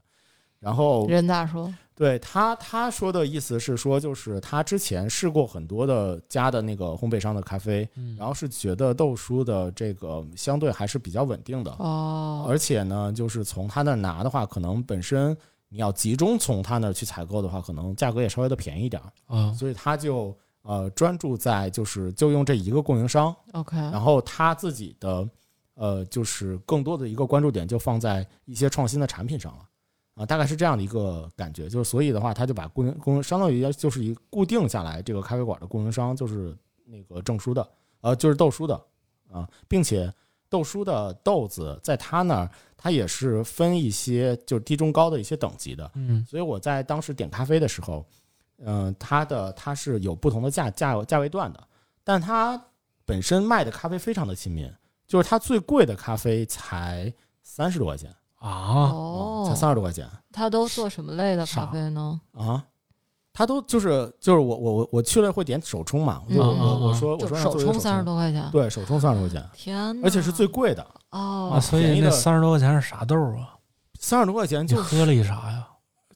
S1: 然后
S3: 任大说，
S1: 对他他说的意思是说，就是他之前试过很多的家的那个烘焙商的咖啡，
S2: 嗯
S1: 然后是觉得豆叔的这个相对还是比较稳定的，
S3: 哦，
S1: 而且呢，就是从他那儿拿的话，可能本身你要集中从他那儿去采购的话，可能价格也稍微的便宜点儿。
S3: 哦
S2: 啊
S1: 所以他就呃专注在就是就用这一个供应商，
S3: OK，
S1: 然后他自己的呃就是更多的一个关注点就放在一些创新的产品上了啊、大概是这样的一个感觉，就是所以的话，他就把供应供应相当于就是一固定下来这个咖啡馆的供应商就是那个证书的呃就是豆叔的啊、并且。豆叔的豆子在他那儿，他也是分一些就是低中高的一些等级的，
S2: 嗯
S1: 所以我在当时点咖啡的时候，嗯、它的它是有不同的价价价位段的，但它本身卖的咖啡非常的亲民，就是它最贵的咖啡才三十多块钱，
S2: 啊
S1: 嗯才
S3: 哦，
S1: 三十多块钱
S3: 他都做什么类的咖啡呢？
S1: 啊。它都就是就是我我我我去了会点手冲嘛，我就
S3: 嗯
S1: 我
S3: 嗯
S1: 我我
S2: 嗯
S1: 说我
S3: 就
S1: 说让
S3: 手
S1: 做一个
S3: 冲三十多嗯块钱，
S1: 对手冲三十块钱，
S3: 天哪，
S1: 而且是最贵的，
S2: 啊，
S3: 哦，
S2: 所
S1: 便
S2: 以
S1: 宜
S2: 那
S1: 的
S2: 三十多块钱是啥豆儿啊？
S1: 三十多块钱
S2: 你
S1: 就
S2: 喝了一啥呀？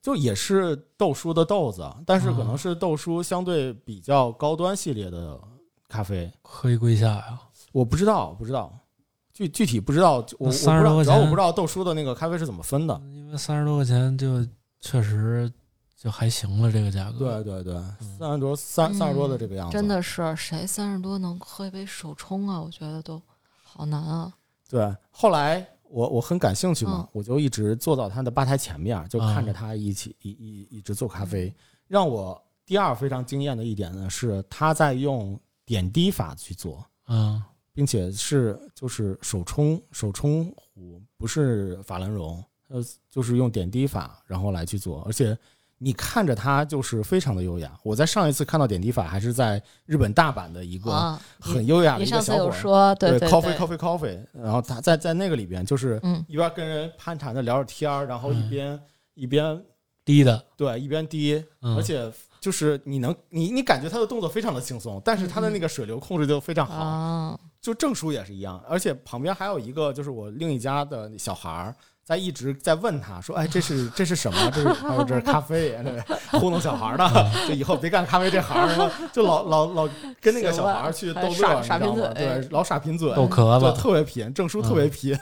S1: 就也是豆叔的豆子，但是可能
S3: 嗯
S2: 啊
S1: 是豆叔相对比较高端系列的咖啡，
S2: 喝一跪下呀？
S1: 我不知道，不知道，具具体不知道，我我不知
S2: 30
S1: 道，
S2: 多
S1: 主要
S2: 块
S1: 我
S2: 钱
S1: 不知道豆叔的那个咖啡是怎么分的。
S2: 因为三十多块钱就确实就还行了，这个价格。
S1: 对对对，三十多三三十多的这个样子，
S3: 嗯真的是谁三十多能喝一杯手冲啊？我觉得都好难啊。
S1: 对。后来我我很感兴趣嘛，
S3: 嗯
S1: 我就一直坐到他的吧台前面，就看着
S2: 啊
S1: 他一起、一一一直做咖啡。
S3: 嗯
S1: 让我第二非常惊艳的一点呢，是他在用点滴法去做，
S2: 嗯
S1: 并且是就是手冲手冲壶，不是法兰绒，呃，就是用点滴法然后来去做，而且你看着它就是非常的优雅。我在上一次看到点滴法还是在日本大阪的一个
S3: 啊，
S1: 很优雅的
S3: 你
S1: 一个
S3: 上次
S1: 小
S3: 有
S1: 伙儿，
S3: 说，对对
S1: coffee coffee coffee，然后他在在那个里边就是
S3: 嗯
S1: 一边跟人攀谈着聊着天儿，然后一
S2: 嗯
S1: 边、一边
S2: 低的，
S1: 对一边滴，
S2: 嗯
S1: 而且就是你能你你感觉他的动作非常的轻松，但是
S3: 嗯
S1: 他的那个水流控制就非常好。
S3: 啊，
S1: 就证书也是一样，而且旁边还有一个就是我另一家的小孩儿在一直在问他说：“哎，这是这是什么？这是他说这是咖啡，对糊弄小孩儿呢，就以后别干咖啡这行儿了。”就老老老跟那个小孩儿去逗乐，你知
S3: 行了还傻
S1: 道吗？
S3: 傻贫嘴
S1: 对，老傻贫嘴，
S2: 豆壳
S1: 对，
S2: 子，
S1: 特别贫，证书特别贫，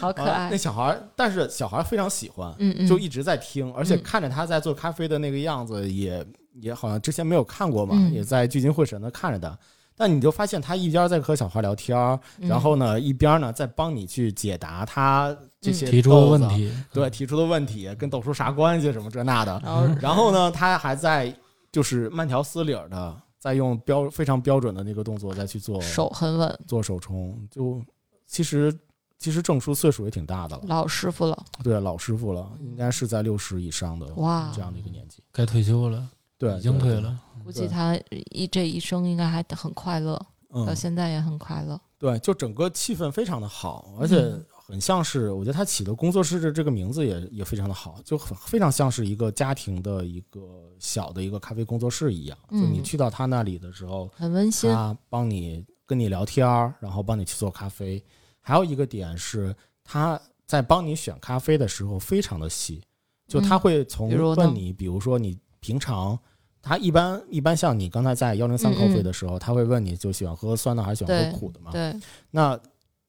S3: 好可
S1: 啊
S3: 爱
S1: 那，小孩儿，但是小孩儿非常喜欢，
S3: 嗯嗯，
S1: 就一直在听，而且
S3: 嗯
S1: 看着他在做咖啡的那个样子也，也好像之前没有看过嘛，
S3: 嗯
S1: 也在聚精会神的看着他。但你就发现他一边在和小孩聊天儿，
S3: 嗯
S1: 然后呢一边呢在帮你去解答他这些
S2: 嗯提出的
S1: 豆子啊
S2: 问，题，
S1: 对提出的问题跟豆叔啥关系什么这那 的。
S3: 然后
S1: 然后呢，他还在就是慢条斯理的在用标非常标准的那个动作再去做
S3: 手很稳，
S1: 做手冲，就其实其实证书岁数也挺大的了，
S3: 老师傅了，
S1: 对老师傅了，应该是在六十以上的
S3: 哇
S1: 这，样的一个年纪，
S2: 该退休了，
S1: 对，
S2: 已经
S1: 对
S2: 退，了，
S3: 估计他一这一生应该还很快乐，
S1: 对
S3: 到
S1: 嗯，
S3: 现在也很快乐，
S1: 对，就整个气氛非常的好，而且
S3: 嗯
S1: 很像是，我觉得他起的工作室的这个名字也也非常的好，就很非常像是一个家庭的一个小的一个咖啡工作室一样。就
S3: 嗯
S1: 你去到他那里的时候，
S3: 很温馨，
S1: 他啊帮你跟你聊天儿，然后帮你去做咖啡。还有一个点是，他在帮你选咖啡的时候非常的细，就他
S3: 嗯
S1: 会从
S3: 比如呢
S1: 问你，比如说你平常。他一般一般像你刚才在幺零三
S3: 嗯
S1: c o
S3: 嗯
S1: f 的时候，他会问你就喜欢喝酸的还是喜欢
S3: 对
S1: 喝苦的嘛？
S3: 对，
S1: 那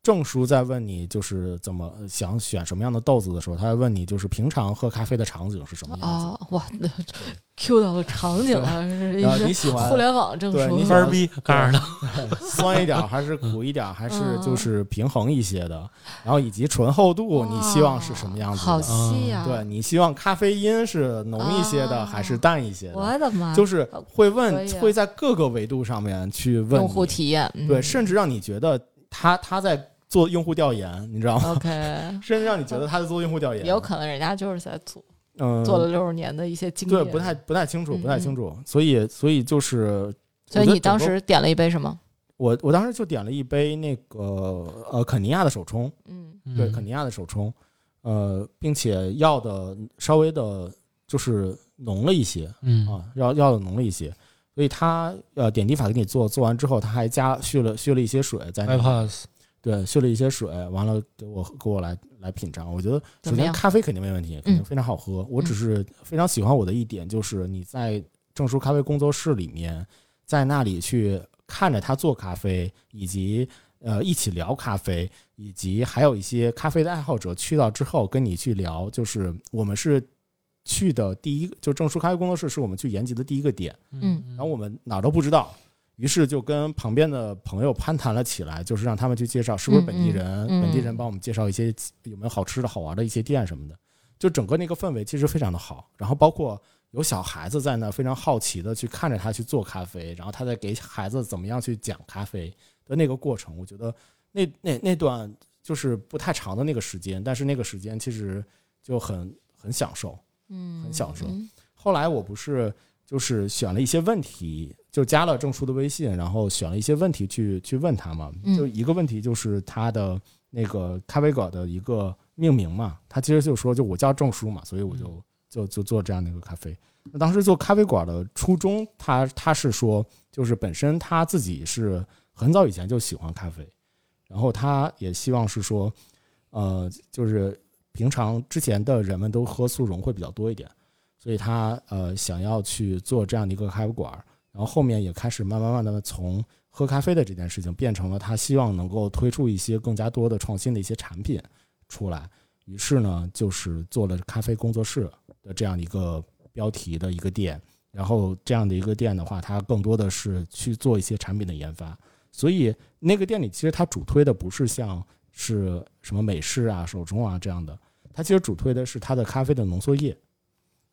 S1: 证书在问你就是怎么呃想选什么样的豆子的时候，他会问你就是平常喝咖啡的场景是什么样子，
S3: 啊，哇那 ，Q 到了场景了，是
S1: 然后
S3: 一
S1: 你
S3: 是
S1: 喜欢
S3: 互联网证
S1: 对你
S3: 书
S1: 想
S2: 分儿逼，告诉他，
S1: 酸一点儿还是苦一点儿，还是
S3: 嗯
S1: 就是平衡一些的，然后以及醇厚度
S3: 哇
S1: 你希望是什么样子
S3: 好
S1: 的？嗯
S3: 细呀、
S1: 对，你希望咖啡因是浓一些的
S3: 啊
S1: 还是淡一些的？
S3: 我的妈，
S1: 就是会
S3: 可
S1: 问
S3: 以，啊
S1: 会在各个维度上面去问
S3: 用户
S1: 你
S3: 体验，嗯、
S1: 对，甚至让你觉得他他在做用户调研，你知道吗？
S3: OK，
S1: 甚至让你觉得他在做用户调研，
S3: 也有可能人家就是在做、
S1: 嗯
S3: 做了六十年的一些经验，
S1: 对，不太不太清楚，
S3: 嗯
S1: 不太清楚。所以，所以就是，
S3: 所
S1: 我
S3: 以
S1: 觉得
S3: 你
S1: 整
S3: 当
S1: 个
S3: 时点了一杯什么？
S1: 我我当时就点了一杯那个呃肯尼亚的手冲，
S3: 嗯
S1: 对，
S2: 嗯
S1: 肯尼亚的手冲，呃，并且要的稍微的就是浓了一些
S2: 嗯
S1: 啊，要要的浓了一些。所以他呃点滴法给你做，做完之后他还加续了续了一些水在
S2: 哎
S1: 里面
S2: ，iPass，
S1: 对，续了一些水，完了给我给我来来品尝。我觉得首
S3: 怎么
S1: 先
S3: 样嗯
S1: 咖啡肯定没问题，肯定非常好喝。我只是非常喜欢我的一点就是你在证书咖啡工作室里面，在那里去看着他做咖啡，以及呃一起聊咖啡，以及还有一些咖啡的爱好者去到之后跟你去聊，就是我们是。去的第一个就证书咖啡工作室是我们去研习的第一个点，
S3: 嗯
S1: 然后我们哪儿都不知道，于是就跟旁边的朋友攀谈了起来，就是让他们去介绍是不是本地人，
S3: 嗯嗯
S1: 本地人帮我们介绍一些有没有好吃的好玩的一些店什么的，就整个那个氛围其实非常的好。然后包括有小孩子在那儿非常好奇的去看着他去做咖啡，然后他在给孩子怎么样去讲咖啡的那个过程，我觉得那那那段就是不太长的那个时间，但是那个时间其实就很很享受。
S3: 嗯，
S1: 很享受
S3: 嗯
S1: 后来我不是就是选了一些问题，就加了证书的微信，然后选了一些问题去去问他嘛。
S3: 嗯
S1: 就一个问题就是他的那个咖啡馆的一个命名嘛，他其实就说就我叫证书嘛，所以我就
S2: 嗯
S1: 就就做这样的一个咖啡。那当时做咖啡馆的初衷，他他是说就是本身他自己是很早以前就喜欢咖啡，然后他也希望是说，呃，就是平常之前的人们都喝速溶会比较多一点，所以他呃想要去做这样的一个咖啡馆儿，然后后面也开始慢慢慢的从喝咖啡的这件事情变成了他希望能够推出一些更加多的创新的一些产品出来，于是呢就是做了咖啡工作室的这样一个标题的一个店，然后这样的一个店的话，它更多的是去做一些产品的研发，所以那个店里其实它主推的不是像是什么美式啊、手冲啊这样的，它其实主推的是它的咖啡的浓缩液，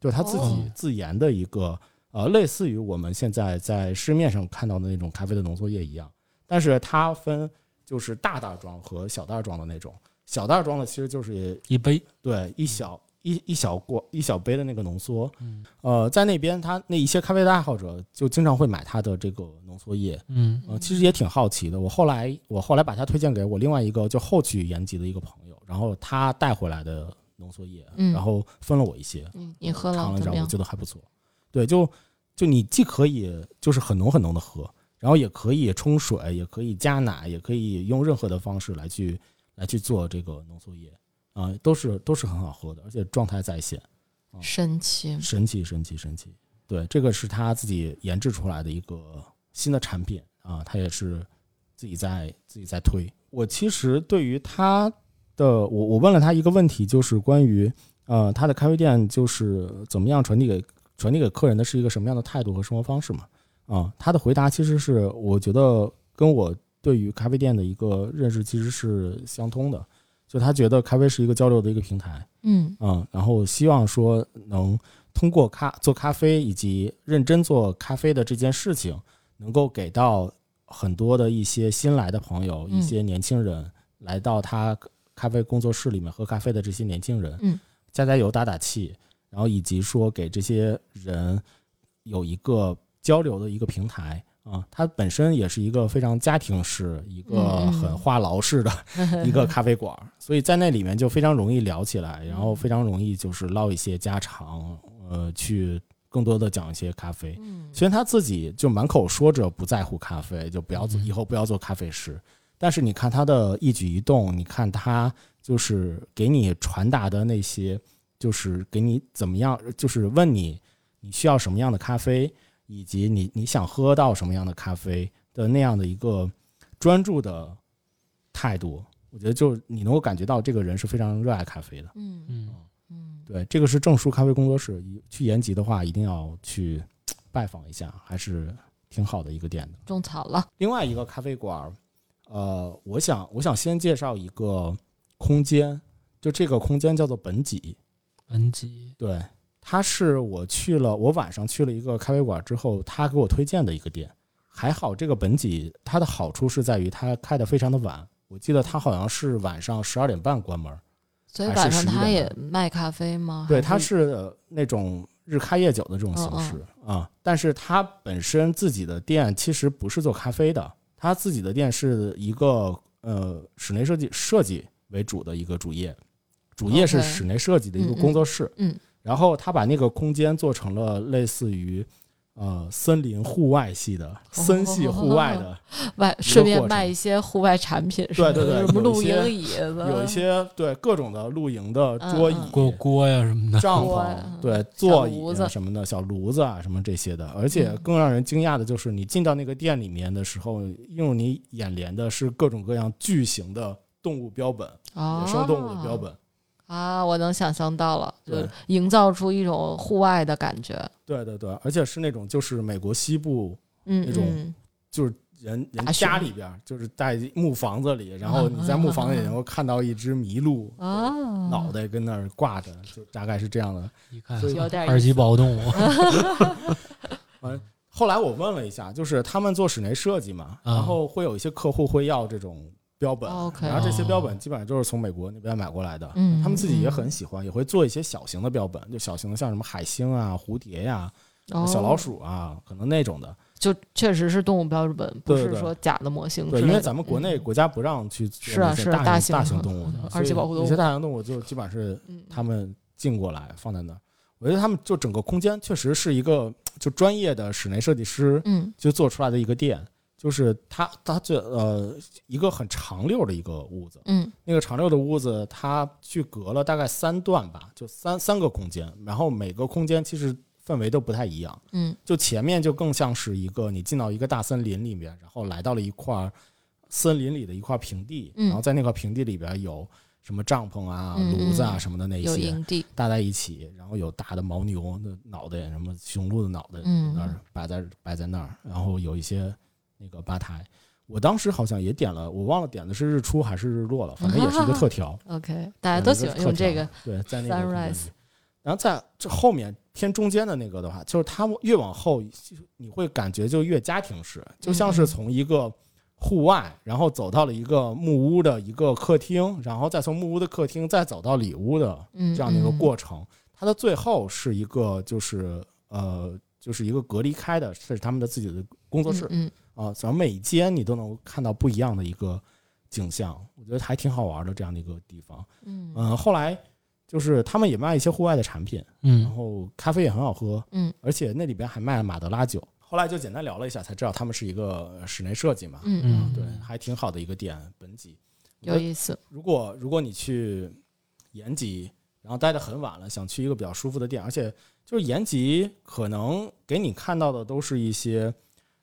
S1: 就是它自己
S2: 哦
S1: 自研的一个呃，类似于我们现在在市面上看到的那种咖啡的浓缩液一样，但是它分就是大袋装和小袋装的那种，小袋装的其实就是
S2: 一杯，
S1: 对一小一一小锅一小杯的那个浓缩，
S2: 嗯
S1: 呃，在那边他那一些咖啡的爱好者就经常会买它的这个浓缩液，
S2: 嗯
S1: 呃，其实也挺好奇的。我后来我后来把它推荐给我另外一个就后去延吉的一个朋友，然后他带回来的浓缩液，
S3: 嗯
S1: 然后分了我一些，
S3: 你你喝
S1: 尝
S3: 了
S1: 了一
S3: 怎
S1: 下，我
S3: 么样？
S1: 觉得还不错。对，就就你既可以就是很浓很浓的喝，然后也可以冲水，也可以加奶，也可以用任何的方式来去来去做这个浓缩液啊、都是都是很好喝的，而且状态在线，
S3: 神奇，
S1: 神奇神奇神奇。对，这个是他自己研制出来的一个新的产品啊，他也是自己在自己在推。我其实对于他的，我我问了他一个问题，就是关于呃他的咖啡店就是怎么样传递给传递给客人的是一个什么样的态度和生活方式嘛？啊，他的回答其实是我觉得跟我对于咖啡店的一个认识其实是相通的，就他觉得咖啡是一个交流的一个平台，
S3: 嗯
S1: 嗯，然后希望说能通过咖做咖啡以及认真做咖啡的这件事情，能够给到很多的一些新来的朋友，
S3: 嗯
S1: 一些年轻人来到他咖啡工作室里面喝咖啡的这些年轻人，
S3: 嗯，
S1: 加加油打打气，然后以及说给这些人有一个交流的一个平台。啊，它本身也是一个非常家庭式、一个
S3: 嗯
S1: 很话痨式的 一个咖啡馆儿，所以在那里面就非常容易聊起来，然后非常容易就是唠一些家常，呃，去更多的讲一些咖啡。
S3: 嗯
S1: 虽然他自己就满口说着不在乎咖啡，就不要做，以后不要做咖啡师，但是你看他的一举一动，你看他就是给你传达的那些，就是给你怎么样，就是问你你需要什么样的咖啡，以及你你想喝到什么样的咖啡的那样的一个专注的态度，我觉得就你能够感觉到这个人是非常热爱咖啡的。
S3: 嗯
S2: 嗯，
S3: 嗯，
S1: 对，这个是证书咖啡工作室，一去延吉的话一定要去拜访一下，还是挺好的一个店的。
S3: 种草了，
S1: 另外一个咖啡馆儿，呃，我想我想先介绍一个空间，就这个空间叫做本己，
S2: 本集
S1: 对，它是我去了，我晚上去了一个咖啡馆之后，他给我推荐的一个店。还好这个本己它的好处是在于它开的非常的晚，我记得它好像是晚上十二点半关门儿，
S3: 所以
S1: 还是
S3: 晚上
S1: 11
S3: 他
S1: 点
S3: 也
S1: 半
S3: 卖咖啡吗？
S1: 对，
S3: 还
S1: 它是呃那种日开夜酒的这种形式
S3: 哦
S1: 啊，但是它本身自己的店其实不是做咖啡的，它自己的店是一个呃室内设计设计为主的一个主业，主业是
S3: OK
S1: 室内设计的一个
S3: 嗯嗯
S1: 工作室，
S3: 嗯
S1: 然后他把那个空间做成了类似于呃森林户外系的森系户外的
S3: 外
S1: 个
S3: 顺便
S1: 过
S3: 卖
S1: 程
S3: 一些户外产品什么
S1: 对
S3: 的，
S1: 对对
S3: 什
S1: 有
S3: 么
S1: 一
S3: 露
S1: 些
S3: 营椅子，
S1: 有一些对各种的露营的桌椅
S3: 哦嗯嗯、
S2: 锅锅呀什么的，
S1: 帐
S3: 锅
S1: 篷
S3: 呀、
S1: 对座
S3: 嗯炉
S1: 椅
S3: 子
S1: 啊什么的、小炉子啊什么这些的。而且
S3: 嗯
S1: 更让人惊讶的就是，你进到那个店里面的时候，映入你眼帘的是各种各样巨型的动物标本、
S3: 野
S1: 野生动物的标本。
S3: 哦啊，我能想象到了，就
S1: 对
S3: 营造出一种户外的感觉，
S1: 对对对，而且是那种就是美国西部
S3: 嗯
S1: 那种
S3: 嗯，
S1: 就是人人
S3: 大
S1: 家
S3: 熊嗯
S1: 里边儿，就是在木房子里，然后你在木房子里能够看到一只麋鹿，
S3: 啊，
S1: 脑袋跟那儿挂
S3: 嗯
S1: 着，就大概是这样的。
S2: 一看
S1: 所以
S3: 有点
S2: 二
S3: 意
S2: 级
S3: 思
S2: 保护动物，
S1: 后来我问了一下，就是他们做室内设计嘛，
S2: 嗯
S1: 然后会有一些客户会要这种标本，
S3: OK
S1: 然后这些
S2: 哦
S1: 标本基本上就是从美国那边买过来的，
S3: 嗯，
S1: 他们自己也
S3: 嗯
S1: 很喜欢，也会做一些小型的标本，就小型的像什么海星啊、蝴蝶呀、
S3: 哦
S1: 小老鼠啊，可能那种的。
S3: 就确实是动物标本，不
S1: 对
S3: 是
S1: 对
S3: 说假的模型之
S1: 对，
S3: 类的。
S1: 因为咱们国内
S3: 嗯
S1: 国家不让去做
S3: 是啊
S1: 那些
S3: 是啊
S1: 大
S3: 大
S1: 型大
S3: 型嗯
S1: 型动物的，
S3: 二级保护动物
S1: 有些大型动物就基本上是
S3: 嗯
S1: 他们进过来放在那儿。我觉得他们就整个空间确实是一个就专业的室内设计师
S3: 嗯
S1: 就做出来的一个店，就是它它最呃一个很长溜的一个屋子，
S3: 嗯
S1: 那个长溜的屋子它去隔了大概三段吧，就三三个空间，然后每个空间其实氛围都不太一样，
S3: 嗯
S1: 就前面就更像是一个你进到一个大森林里面，然后来到了一块儿森林里的一块平地，
S3: 嗯
S1: 然后在那块平地里边有什么帐篷啊、
S3: 嗯嗯
S1: 炉子啊什么的那
S3: 嗯，
S1: 一
S3: 有
S1: 些，
S3: 营地，
S1: 搭在一起，然后有大的牦牛的脑袋，什么雄鹿的脑袋，
S3: 嗯
S1: 那儿摆在摆在那儿，然后有一些那个吧台。我当时好像也点了，我忘了点的是日出还是日落了，反正也是一个特 调，
S3: OK，大嗯哎家都喜欢用这个。
S1: 对，在那个空间里
S3: Sunrise
S1: 然后在这后面偏中间的那个的话，就是它越往后，你会感觉就越家庭式，就像
S3: 嗯
S1: 是从一个户外，然后走到了一个木屋的一个客厅，然后再从木屋的客厅再走到里屋的
S3: 嗯，
S1: 这样的一个
S3: 嗯
S1: 过程。它的最后是一个就是呃就是一个隔离开的，是他们的自己的工作室
S3: 嗯嗯
S1: 啊，然后每一间你都能看到不一样的一个景象，我觉得还挺好玩的这样的一个地方。
S3: 嗯
S1: 嗯，后来就是他们也卖一些户外的产品，然
S2: 嗯
S1: 后咖啡也很好喝，
S3: 嗯，
S1: 而且那里边还卖马德拉酒。后来就简单聊了一下，才知道他们是一个室内设计嘛，
S3: 嗯
S2: 嗯
S1: 对，还挺好的一个店。本集
S3: 有意思。
S1: 如果如果你去延吉，然后待得很晚了，想去一个比较舒服的店，而且就是延吉可能给你看到的都是一些，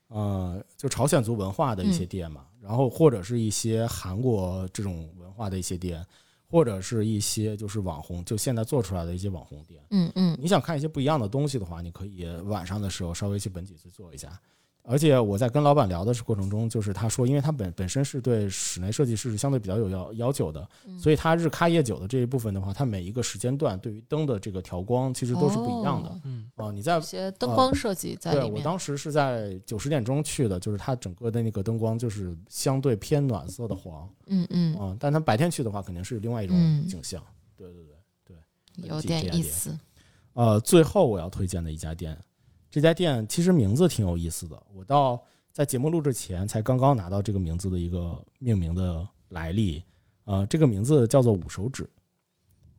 S1: 呃，就朝鲜族文化的一些店嘛，然后或者是一些韩国这种文化的一些店，或者是一些就是网红，就现在做出来的一些网红店。
S3: 嗯嗯
S1: 你想看一些不一样的东西的话，你可以晚上的时候稍微去本几次做一下。而且我在跟老板聊的过程中，就是他说，因为他本本身是对室内设计师是相对比较有要要求的，
S3: 嗯
S1: 所以他日咖夜酒的这一部分的话，他每一个时间段对于灯的这个调光其实都是不一样的。
S3: 哦
S2: 嗯
S1: 啊。你在
S3: 有些灯光设计在
S1: 对
S3: 里
S1: 我
S3: 面。
S1: 当时是在九十点钟去的，就是它整个的那个灯光就是相对偏暖色的黄
S3: 嗯嗯，
S1: 啊，但它白天去的话肯定是另外一种
S3: 嗯
S1: 景象。对对对。
S3: 有点意思。
S1: 呃，最后我要推荐的一家店，这家店其实名字挺有意思的。我到在节目录制前才刚刚拿到这个名字的一个命名的来历。呃，这个名字叫做五手指，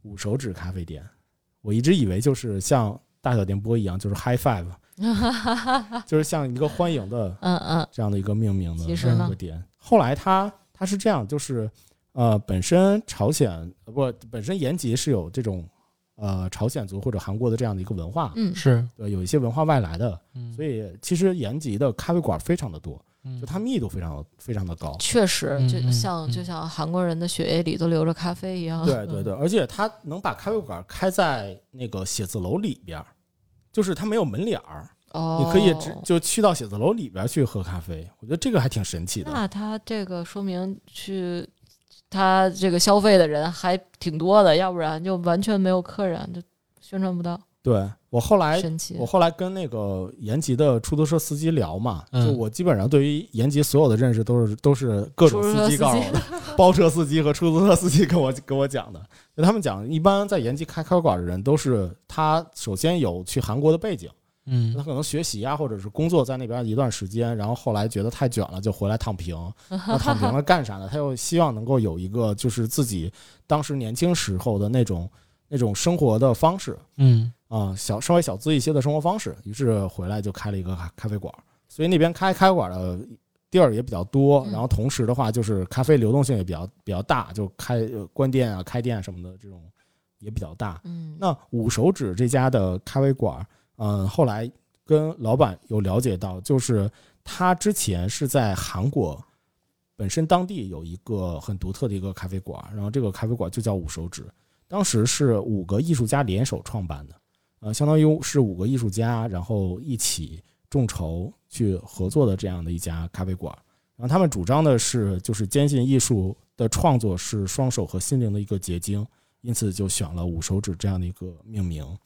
S1: 五手指咖啡店。我一直以为就是像大小电波一样，就是 High Five，就是像一个欢迎的
S3: 嗯嗯
S1: 这样的一个命名的
S3: 其
S1: 一
S3: 实呢
S1: 个点。后来它它是这样，就是呃，本身朝鲜呃不本身延吉是有这种呃朝鲜族或者韩国的这样的一个文化，
S3: 嗯，
S2: 是，
S1: 对，有一些文化外来的，
S2: 嗯
S1: 所以其实延吉的咖啡馆非常的多，
S2: 嗯
S1: 就它密度非常的非常的高。
S3: 确实，
S2: 嗯
S3: 就
S2: 嗯
S3: 像
S2: 嗯
S3: 就像韩国人的血液里都流着咖啡一样。
S1: 对对
S3: 嗯
S1: 对，而且它能把咖啡馆开在那个写字楼里边儿，就是它没有门脸儿，
S3: 哦，
S1: 你可以直就去到写字楼里边儿去喝咖啡。我觉得这个还挺神奇的。
S3: 那他这个说明去他这个消费的人还挺多的，要不然就完全没有客人，就宣传不到，
S1: 对我后来
S3: 神奇
S1: 我。后来跟那个延吉的出租车司机聊嘛，
S2: 嗯
S1: 就我基本上对于延吉所有的认识都是都是各种
S3: 出租车
S1: 司机
S3: 司
S1: 告诉我的，包车司机和出租车司机跟我跟我讲的。就他们讲，一般在延吉开咖啡馆的人都是他首先有去韩国的背景，他
S2: 嗯
S1: 可能学习啊或者是工作在那边一段时间，然后后来觉得太卷了就回来躺 平。那躺平了干啥呢？他又希望能够有一个就是自己当时年轻时候的那种那种生活的方式。
S2: 嗯
S1: 啊、小稍微小资一些的生活方式，于是回来就开了一个咖咖啡馆儿，所以那边开咖啡馆儿的地儿也比较多，
S3: 嗯
S1: 然后同时的话就是咖啡流动性也比较比较大，就开呃关店啊、开店啊什么的这种也比较大。
S3: 嗯，
S1: 那五手指这家的咖啡馆儿，嗯，后来跟老板有了解到，就是他之前是在韩国本身当地有一个很独特的一个咖啡馆儿，然后这个咖啡馆就叫五手指，当时是五个艺术家联手创办的，呃，相当于是五个艺术家然后一起众筹去合作的这样的一家咖啡馆儿。然后他们主张的是，就是坚信艺术的创作是双手和心灵的一个结晶，因此就选了五手指这样的一个命名。
S3: 哦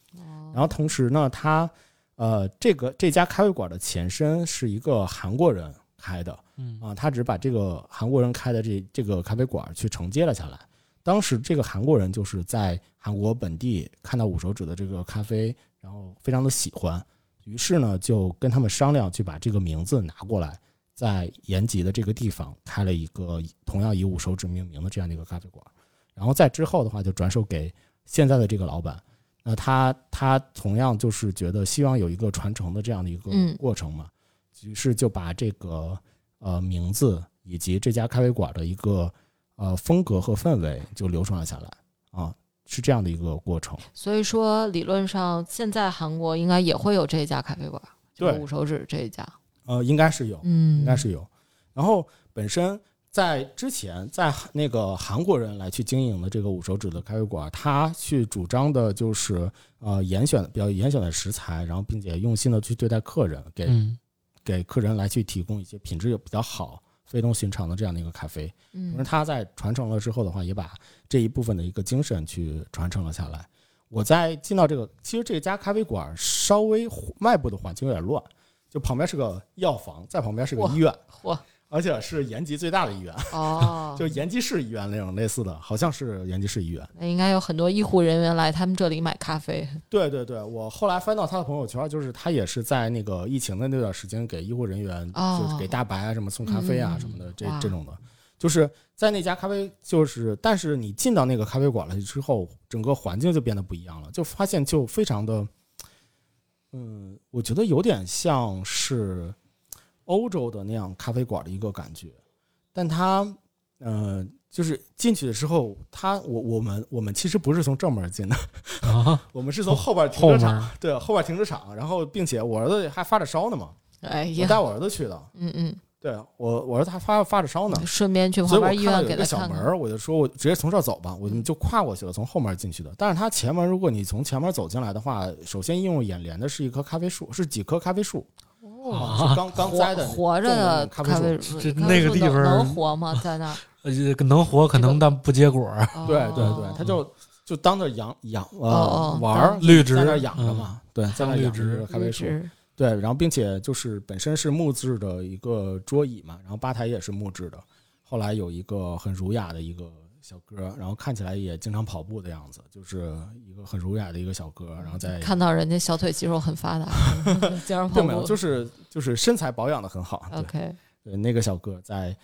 S1: 然后同时呢，他呃，这个这家咖啡馆的前身是一个韩国人开的
S2: 嗯
S1: 啊，他只把这个韩国人开的这这个咖啡馆去承接了下来。当时这个韩国人就是在韩国本地看到五手指的这个咖啡，然后非常的喜欢，于是呢就跟他们商量去把这个名字拿过来，在延吉的这个地方开了一个同样以五手指命名的这样的一个咖啡馆。然后在之后的话，就转手给现在的这个老板。那他他同样就是觉得希望有一个传承的这样的一个
S3: 嗯
S1: 过程嘛，于是就把这个呃名字以及这家咖啡馆的一个呃风格和氛围就流传了下来啊，是这样的一个过程。
S3: 所以说理论上现在韩国应该也会有这一家咖啡馆，就是
S1: 对
S3: 五手指这一家。
S1: 呃，应该是有，
S3: 嗯，
S1: 应该是有。然后本身在之前，在那个韩国人来去经营的这个五手指的咖啡馆，他去主张的就是呃严选比较严选的食材，然后并且用心的去对待客人，给
S2: 嗯
S1: 给客人来去提供一些品质也比较好、非同寻常的这样的一个咖啡。
S3: 嗯
S1: 而他在传承了之后的话，也把这一部分的一个精神去传承了下来。我在进到这个，其实这家咖啡馆稍微外部的环境有点乱，就旁边是个药房，在旁边是个
S3: 哇
S1: 医院，
S3: 嚯
S1: 而且是延吉最大的医院，，
S3: 哦
S1: 就延吉市医院那种类似的，好像是延吉市医院。
S3: 那应该有很多医护人员来他们这里买咖啡。
S1: 对对对，我后来翻到他的朋友圈，就是他也是在那个疫情的那段时间给医护人员，
S3: 哦
S1: 就是给大白啊什么送咖啡啊
S3: 嗯
S1: 什么的，这
S3: 哇
S1: 这种的，就是在那家咖啡，就是但是你进到那个咖啡馆了之后，整个环境就变得不一样了，就发现就非常的，嗯，我觉得有点像是欧洲的那样咖啡馆的一个感觉，但它，呃，就是进去的时候，它我我们我们其实不是从正门进的，
S2: 啊，
S1: 我们是从后边停
S2: 后
S1: 车
S2: 面
S1: 场。
S2: 儿
S1: 对，后边停车场，然后并且我儿子还发着烧呢嘛，
S3: 哎
S1: 我
S3: 呀，
S1: 带我儿子去的，
S3: 嗯嗯，
S1: 对我我儿子还发发着烧呢，
S3: 顺便去
S1: 所
S3: 旁
S1: 以我
S3: 边医
S1: 看到
S3: 院
S1: 有
S3: 给
S1: 一
S3: 他
S1: 个小
S3: 看
S1: 门
S3: 看。
S1: 儿，我就说我直接从这儿走吧，我们就跨过去了，从后面进去的。但是它前门，如果你从前门走进来的话，首先映入眼帘的是一棵咖啡树，是几棵咖啡树，
S3: 哦
S1: 是刚刚
S3: 活
S1: 栽的那
S3: 活着
S1: 种
S3: 的
S1: 咖啡
S3: 啡
S1: 树
S3: 树
S2: 这
S3: 咖啡
S2: 那个
S3: 树
S2: 地
S3: 能
S2: 方儿
S3: 能活吗？在那儿？
S2: 呃，能活可能
S3: 这
S2: 但不结果儿，
S1: 对对对，他就就当着养养呃
S3: 哦哦哦
S1: 玩儿
S3: 当，
S2: 绿植
S1: 在那儿养着嘛，对，在那儿
S2: 绿
S1: 养着
S2: 植
S1: 这个咖啡树，
S3: 绿植
S1: 对，然后并且就是本身是木质的一个桌椅嘛，然后吧台也是木质的。后来有一个很儒雅的一个小哥，然后看起来也经常跑步的样子，就是一个很儒雅的一个小哥，然后在
S3: 看到人家小腿肌肉很发达， 经常跑
S1: 并没有，
S3: 步。
S1: 就是就是身材保养的很好。对
S3: OK，
S1: 对，那个小哥在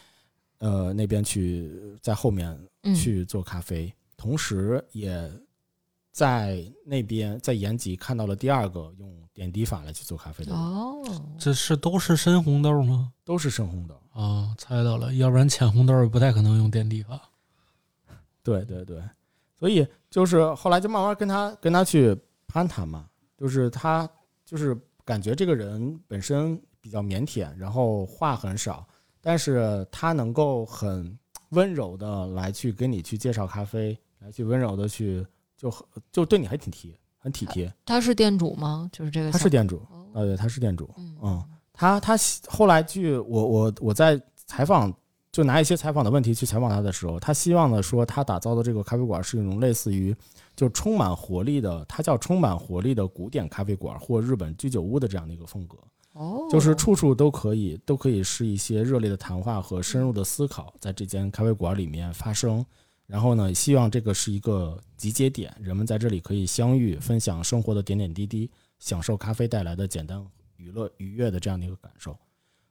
S1: 呃那边去在后面
S3: 嗯，
S1: 去做咖啡，同时也在那边在延吉看到了第二个用点滴法来去做咖啡的人，
S3: 哦，
S2: 这是都是深红豆吗？
S1: 都是深红的。
S2: 啊，猜到了，要不然浅红豆也不太可能用电地法。
S1: 对对对，所以就是后来就慢慢跟他跟他去攀谈嘛，就是他就是感觉这个人本身比较腼腆，然后话很少，但是他能够很温柔的来去跟你去介绍咖啡，来去温柔的去就很就对你还挺体很体贴。
S3: 他是店主吗？就是这个
S1: 他
S3: 小，
S1: 是店主，
S3: 哦
S1: 啊，对，他是店主，
S3: 嗯
S1: 嗯，他他希后来据我我我在采访，就拿一些采访的问题去采访他的时候，他希望的说他打造的这个咖啡馆是一种类似于就充满活力的，他叫充满活力的古典咖啡馆或日本居酒屋的这样的一个风格，
S3: 哦，
S1: 就是处处都可以都可以是一些热烈的谈话和深入的思考在这间咖啡馆里面发生。然后呢，希望这个是一个集结点，人们在这里可以相遇，分享生活的点点滴滴，享受咖啡带来的简单娱乐愉悦的这样的一个感受。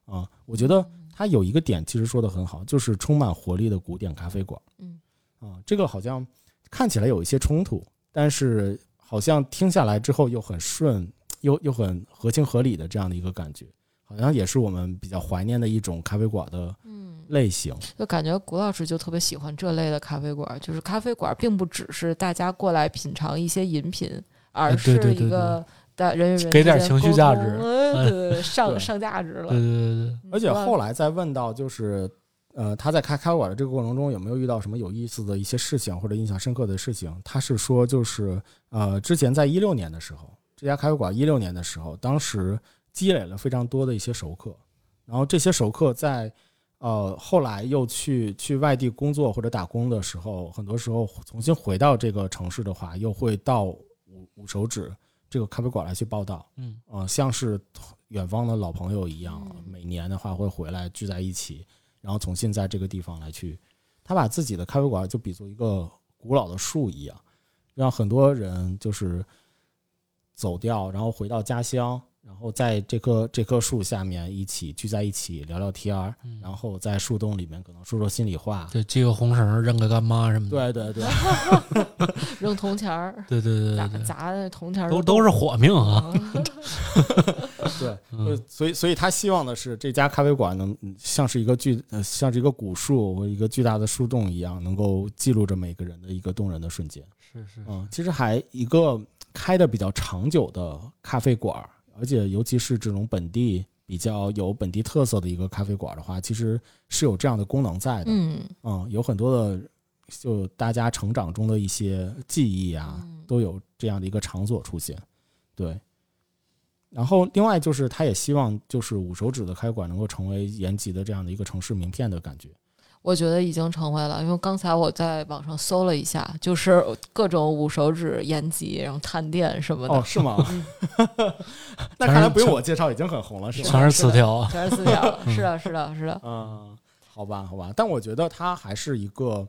S1: 啊、我觉得它有一个点其实说的很好，就是充满活力的古典咖啡馆。
S3: 嗯，
S1: 啊、这个好像看起来有一些冲突，但是好像听下来之后又很顺，又又很合情合理的这样的一个感觉，好像也是我们比较怀念的一种咖啡馆的
S3: 嗯，
S1: 类型。
S3: 就感觉谷老师就特别喜欢这类的咖啡馆，就是咖啡馆并不只是大家过来品尝一些饮品，而
S2: 哎对
S3: 是
S2: 对对
S3: 一个大人与人之间
S2: 给点情绪价值
S3: 沟通呃
S2: 哎
S3: 对，上
S1: 对
S3: 上价值了
S2: 对。
S3: 嗯
S2: 对对对，
S1: 而且后
S3: 来
S1: 来再问到，就是呃，他在开咖啡馆的这个过程中，有没有遇到什么有意思的一些事情或者印象深刻的事情？他是说，就是呃，之前在一六年的时候，这家咖啡馆一六年的时候，当时积累了非常多的一些熟客，然后这些熟客在。呃，后来又去去外地工作或者打工的时候，很多时候重新回到这个城市的话，又会到五五手指这个咖啡馆来去报道。
S2: 嗯，
S1: 呃，像是远方的老朋友一样，
S3: 嗯
S1: 每年的话会回来聚在一起，然后重新在这个地方来去，他把自己的咖啡馆就比作一个古老的树一样，让很多人就是走掉，然后回到家乡，然后在这棵这棵树下面一起聚在一起聊聊天儿，
S2: 嗯
S1: 然后在树洞里面可能说说心里话。
S2: 对，系个红绳儿，扔个干妈什么的。
S1: 对对对，
S3: 扔铜钱儿，
S2: 对 对对
S3: 砸
S2: 对对，
S3: 砸那铜钱儿
S2: 都都是火命啊！
S3: 嗯
S1: 对，
S2: 嗯
S1: 呃所以所以他希望的是这家咖啡馆能嗯像是一个巨呃像是一个古树或一个巨大的树洞一样，能够记录着每个人的一个动人的瞬间。
S2: 是是，
S1: 嗯，其实还一个开的比较长久的咖啡馆儿，而且尤其是这种本地比较有本地特色的一个咖啡馆儿的话，其实是有这样的功能在的。
S3: 嗯
S1: 嗯，有很多的就大家成长中的一些记忆啊，
S3: 嗯
S1: 都有这样的一个场所出现。对，然后另外就是他也希望就是五手指的开馆能够成为延吉的这样的一个城市名片的感觉。
S3: 我觉得已经成为了，因为刚才我在网上搜了一下，就是各种五手指、延吉，然后探店什么的，
S1: 哦，是吗？那看来不用我介绍，已经很红了，是吗？
S2: 全是词条。
S3: 全是私啊聊 了。是的，是的，是的，
S1: 嗯，好吧，好吧，但我觉得他还是一个，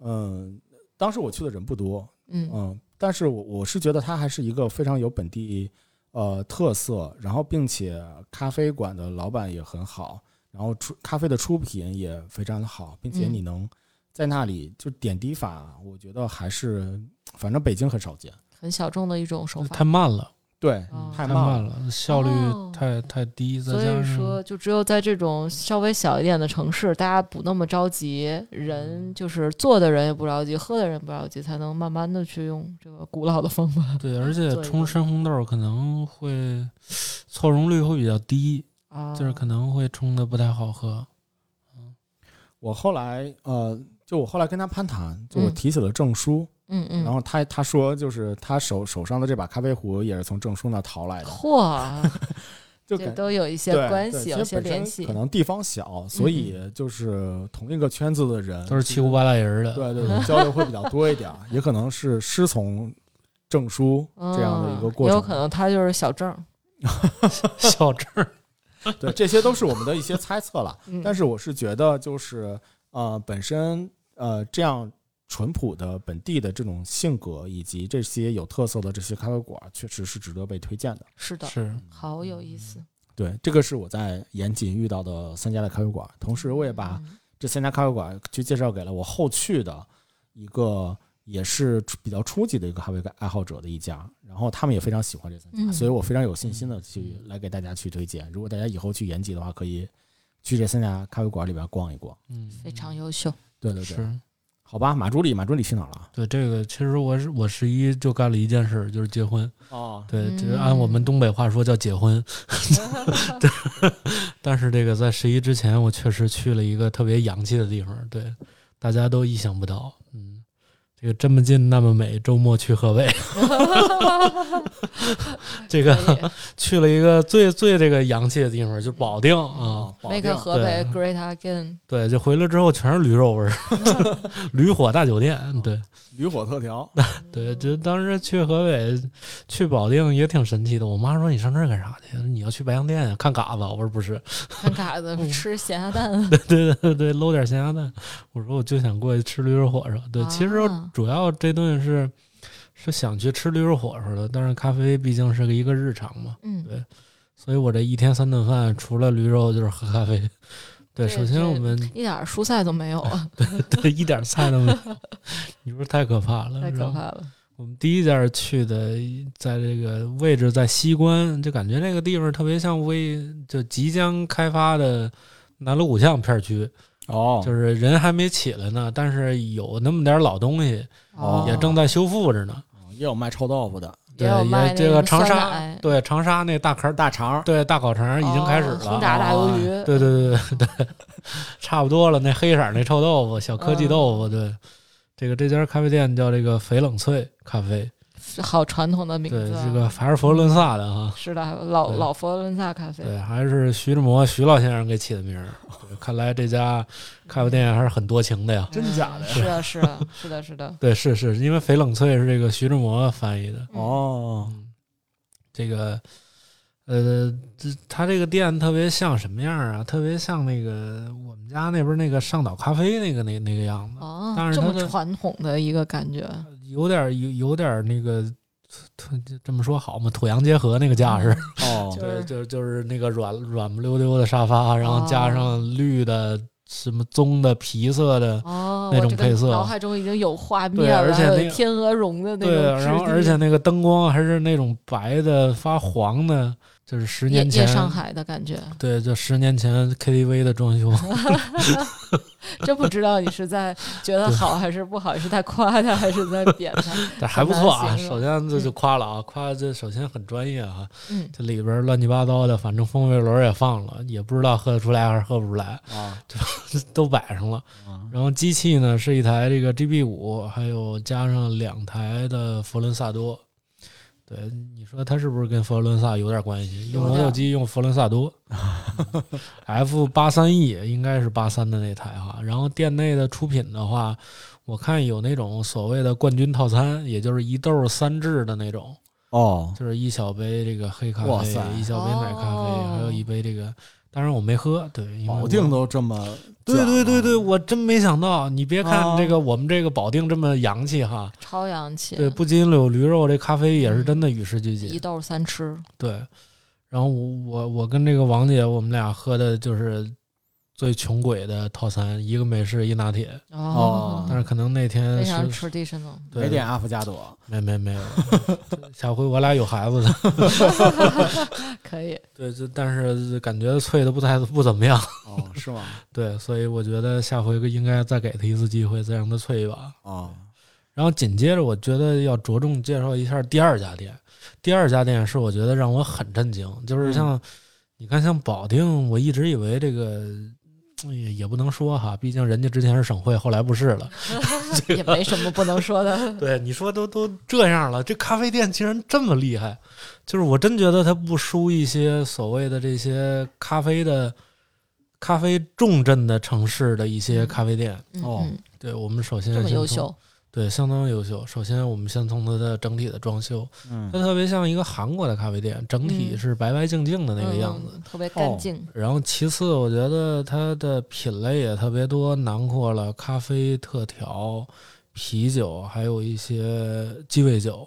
S1: 嗯，当时我去的人不多，
S2: 哦
S3: 嗯
S1: 嗯，但是我我是觉得它还是一个非常有本地呃特色，然后并且咖啡馆的老板也很好，然后出咖啡的出品也非常的好，并且
S3: 嗯
S1: 你能在那里就点滴法，我觉得还是反正北京很少见，
S3: 很小众的一种手
S2: 太
S3: 法。
S2: 慢了，
S1: 对，
S3: 哦
S1: 太
S2: 太
S1: 慢
S2: 慢
S1: 了。
S2: 了，效率
S3: 哦
S2: 太太低，再
S3: 所
S2: 加
S3: 以
S2: 上
S3: 说，就只有在这种稍微小一点的城市，大家不那么着急，人就是做的人也不着急，喝的人不着急，才能慢慢的去用这个古老的方法
S2: 对，而且
S3: 做一
S2: 冲
S3: 个
S2: 深红豆可能会错容率会比较低，
S3: 啊。
S2: 就是可能会冲的不太好喝。
S1: 我后来呃，就我后来跟他攀谈，就我
S3: 嗯
S1: 提起了证书，
S3: 嗯嗯，
S1: 然后他他说就是他手手上的这把咖啡壶也是从证书那淘来的，
S3: 嚯，
S1: 就
S3: 哦这
S1: 感
S3: 都有一些
S1: 对
S3: 关
S1: 对
S3: 系，
S1: 其
S3: 有
S1: 实
S3: 一些
S1: 本身
S3: 联系
S1: 可。能地方小，所以就是同一个圈子的人
S2: 都是七姑八大姨儿的，
S1: 嗯对 对 对，交流会比较多一点儿，也可能是师从证书这样的一个
S3: 嗯
S1: 过
S3: 也
S1: 程。
S3: 有可能他就是小郑儿。
S2: 小郑儿
S1: 对，这些都是我们的一些猜测了。
S3: 嗯
S1: 但是我是觉得，就是呃，本身呃这样淳朴的本地的这种性格，以及这些有特色的这些咖啡馆儿，确实是值得被推荐的。
S3: 是的，
S2: 是
S3: 好有意思。
S1: 对，这个是我在延吉遇到的三家的咖啡馆儿，同时我也把
S3: 嗯
S1: 这三家咖啡馆去介绍给了我后去的一个也是比较初级的一个咖啡爱好者的一家，然后他们也非常喜欢这三家，
S3: 嗯
S1: 所以我非常有信心的去来给大家去推荐。如果大家以后去延吉的话，可以去这三家咖啡馆里边逛一逛。
S2: 嗯，
S3: 非常优 秀。
S1: 对对对，
S2: 是
S1: 好吧，马助理，马助理去哪儿了？
S2: 对这个。其实我是我十一就干了一件事，就是结婚。
S1: 哦，
S2: 对，这
S3: 嗯
S2: 按我们东北话说叫结婚。对，但是这个在十一之前，我确实去了一个特别洋气的地方，对，大家都意想不到。嗯，这个这么近那么美，周末去河北，这个
S3: 可以
S2: 去了一个最最这个洋气的地方，就是保定啊。，
S1: 哦保
S3: Make
S1: 定
S3: 河北
S2: 对
S3: Great Again，
S2: 对，就回来之后全是驴肉味儿，驴火大酒店。对
S1: 驴火特调，
S2: 对，就当时去河北去保定也挺神奇的。我妈说你上这儿干啥去？你要去白洋淀呀啊看嘎子？我说不是，
S3: 看嘎子
S1: 嗯
S3: 吃咸鸭蛋，
S2: 对对对，搂点咸鸭蛋。我说我就想过去吃驴肉火烧。对，其实
S3: 啊
S2: 主要这顿是是想去吃驴肉火烧的，但是咖啡毕竟是个一个日常嘛，
S3: 嗯，
S2: 对，所以我这一天三顿饭除了驴肉就是喝咖啡。对，
S3: 对
S2: 首先
S3: 这
S2: 我们
S3: 一点儿蔬菜都没有啊，
S2: 对一点菜都没有， 你说太可怕了，
S3: 太
S2: 嗯然
S3: 可
S2: 后
S3: 怕了。
S2: 我们第一家去的，在这个位置在西关，就感觉那个地方特别像微就即将开发的南锣鼓巷片区，
S1: 哦
S2: 就，是人还没起来呢，但是有那么点老东西
S1: 哦
S2: 也正在修复着呢。
S1: 也有卖臭豆腐的，
S2: 对，
S3: 哦也有卖
S2: 也这
S3: 那
S2: 个
S3: 个
S2: 长
S3: 酸
S2: 沙
S3: 奶，
S2: 对长沙那大肠，
S1: 大肠，
S2: 对大烤肠已经开始
S3: 哦
S2: 了。啊
S3: 轰炸大鱿鱼，
S2: 对对对对对， 差不多了。那黑色儿那臭豆腐，小科技
S3: 嗯
S2: 豆腐，对，这个这家咖啡店叫这个翡冷翠咖啡，
S3: 是好传统的名
S2: 对，
S3: 字啊。
S2: 这个还是佛罗伦萨的哈，
S3: 是的，老
S2: 对
S3: 老佛罗伦萨咖啡，
S2: 对，还是徐志摩徐老先生给起的名儿。对看来这家咖啡店还是很多情的呀。
S1: 真假的呀
S3: 是啊，是啊，是的，是的，
S2: 对，是是，因为翡冷翠是这个徐志摩翻译的，
S3: 嗯
S1: 哦，
S2: 嗯，这个，呃，这它这个店特别像什么样儿啊？特别像那个我们家那边儿那个上岛咖啡那个那那个样子，
S3: 哦
S2: 当，然
S3: 这
S2: 它
S3: 么
S2: 的
S3: 传统的一个 感觉，
S2: 有点儿有有点儿那个土土这么说好吗？土洋结合那个架 势，
S1: 哦，
S2: 对，
S3: 是
S2: 就是就是那个软软不溜溜的沙发，然后
S3: 哦
S2: 加上绿的、什么棕的、皮色的，
S3: 哦，
S2: 那
S3: 我
S2: 种
S3: 这个
S2: 配色
S3: 脑海中已经有画
S2: 对
S3: 面了，
S2: 而且
S3: 还有
S2: 那个
S3: 天鹅绒的那
S2: 对，
S3: 种质地，
S2: 然后而且那个灯光还是那种白的发黄的，就是十
S3: 夜
S2: 年前
S3: 夜上海的感觉，
S2: 对，就十年前 KTV 的装修，
S3: 真不知道你是在觉得好还是不好，是在夸他还是在贬 他？
S2: 但还不错啊。
S3: 很难形
S2: 首
S3: 容
S2: 先这
S3: 嗯
S2: 就夸了啊，夸这首先很专业啊，
S3: 嗯，
S2: 这里边乱七八糟的，反正风味轮儿也放了，也不知道喝得出来还是喝不出来，
S1: 啊，
S2: 都摆上了。
S1: 啊
S2: 然后机器呢是一台这个 GB 五，还有加上两台的佛伦萨多。对，你说它是不是跟佛罗伦萨有点关系？用
S3: 有
S2: 磨豆
S3: 点
S2: 机用佛罗伦萨 多，F 八三 E 应该是八三的那台哈。然后店内的出品的话，我看有那种所谓的冠军套餐，也就是一豆三制的那种，
S1: 哦，
S2: 就是一小杯这个黑咖
S1: 哇
S2: 啡
S1: 塞，
S2: 一小杯奶咖啡，
S3: 哦
S2: 还有一杯这个。当然我没喝，对，因为
S1: 保
S2: 我
S1: 定都这么啊
S2: 对
S1: 卷
S2: 对对
S1: 了
S2: 对，我真没想到。你别看这个、
S1: 哦
S2: 我们这个保定这么洋气哈，
S3: 超洋气，
S2: 对，不仅有驴肉，这咖啡也是真的与时俱进
S3: 嗯一。豆三吃，
S2: 对，然后我我我跟这个王姐，我们俩喝的就是最穷鬼的套餐，一个美式，一拿铁。
S1: 哦
S2: 但是可能那天
S3: 嗯非常
S2: 是
S3: traditional，
S2: 对
S1: 没点阿芙加朵，
S2: 没 没没有，下回我俩有孩子的。
S3: 可以，
S2: 对，这但是感觉萃的不太不怎么样。
S1: 哦，是 吗？
S2: 对，所以我觉得下回应该再给他一次机会，再让他萃一把。
S1: 哦，
S2: 然后紧接着，我觉得要着重介绍一下第二家店。第二家店是我觉得让我很震惊，就是像、你看，像保定，我一直以为这个嗯也也不能说哈，毕竟人家之前是省会，后来不是了。
S3: 也没什么不能 说的。
S2: 对，你说都都这样了，这咖啡店竟然这么厉害，就是我真觉得它不输一些所谓的这些咖啡的咖啡重镇的城市的一些咖啡店。
S3: 嗯
S1: 哦
S3: 嗯
S2: 对我们首先
S3: 这么
S2: 先
S3: 优
S2: 从
S3: 秀，
S2: 对，相当优秀。首先，我们先从它的整体的装修，
S1: 嗯
S2: 它特别像一个韩国的咖啡店，整体
S3: 嗯
S2: 是白白净净的那个样子。
S3: 嗯，特别干净，
S2: 然后其次，我觉得它的品类也特别多，囊括了咖啡特调、啤酒，还有一些鸡尾酒。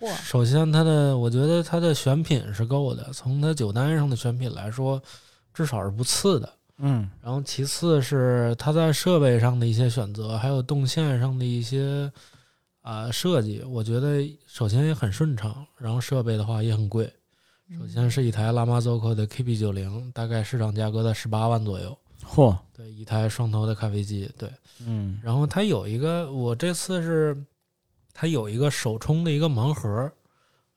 S3: 嚯，
S2: 首先，它的我觉得它的选品是够的，从它酒单上的选品来说，至少是不次的。
S1: 嗯
S2: 然后其次是它在设备上的一些选择，还有动线上的一些啊、呃设计，我觉得首先也很顺畅，然后设备的话也很贵。首先是一台拉玛 Zoco 的 KB 九零，大概市场价格在十八万左右，
S1: 嚯，
S2: 对，一台双头的咖啡机，对。
S1: 嗯
S2: 然后它有一个，我这次是它有一个手冲的一个盲盒，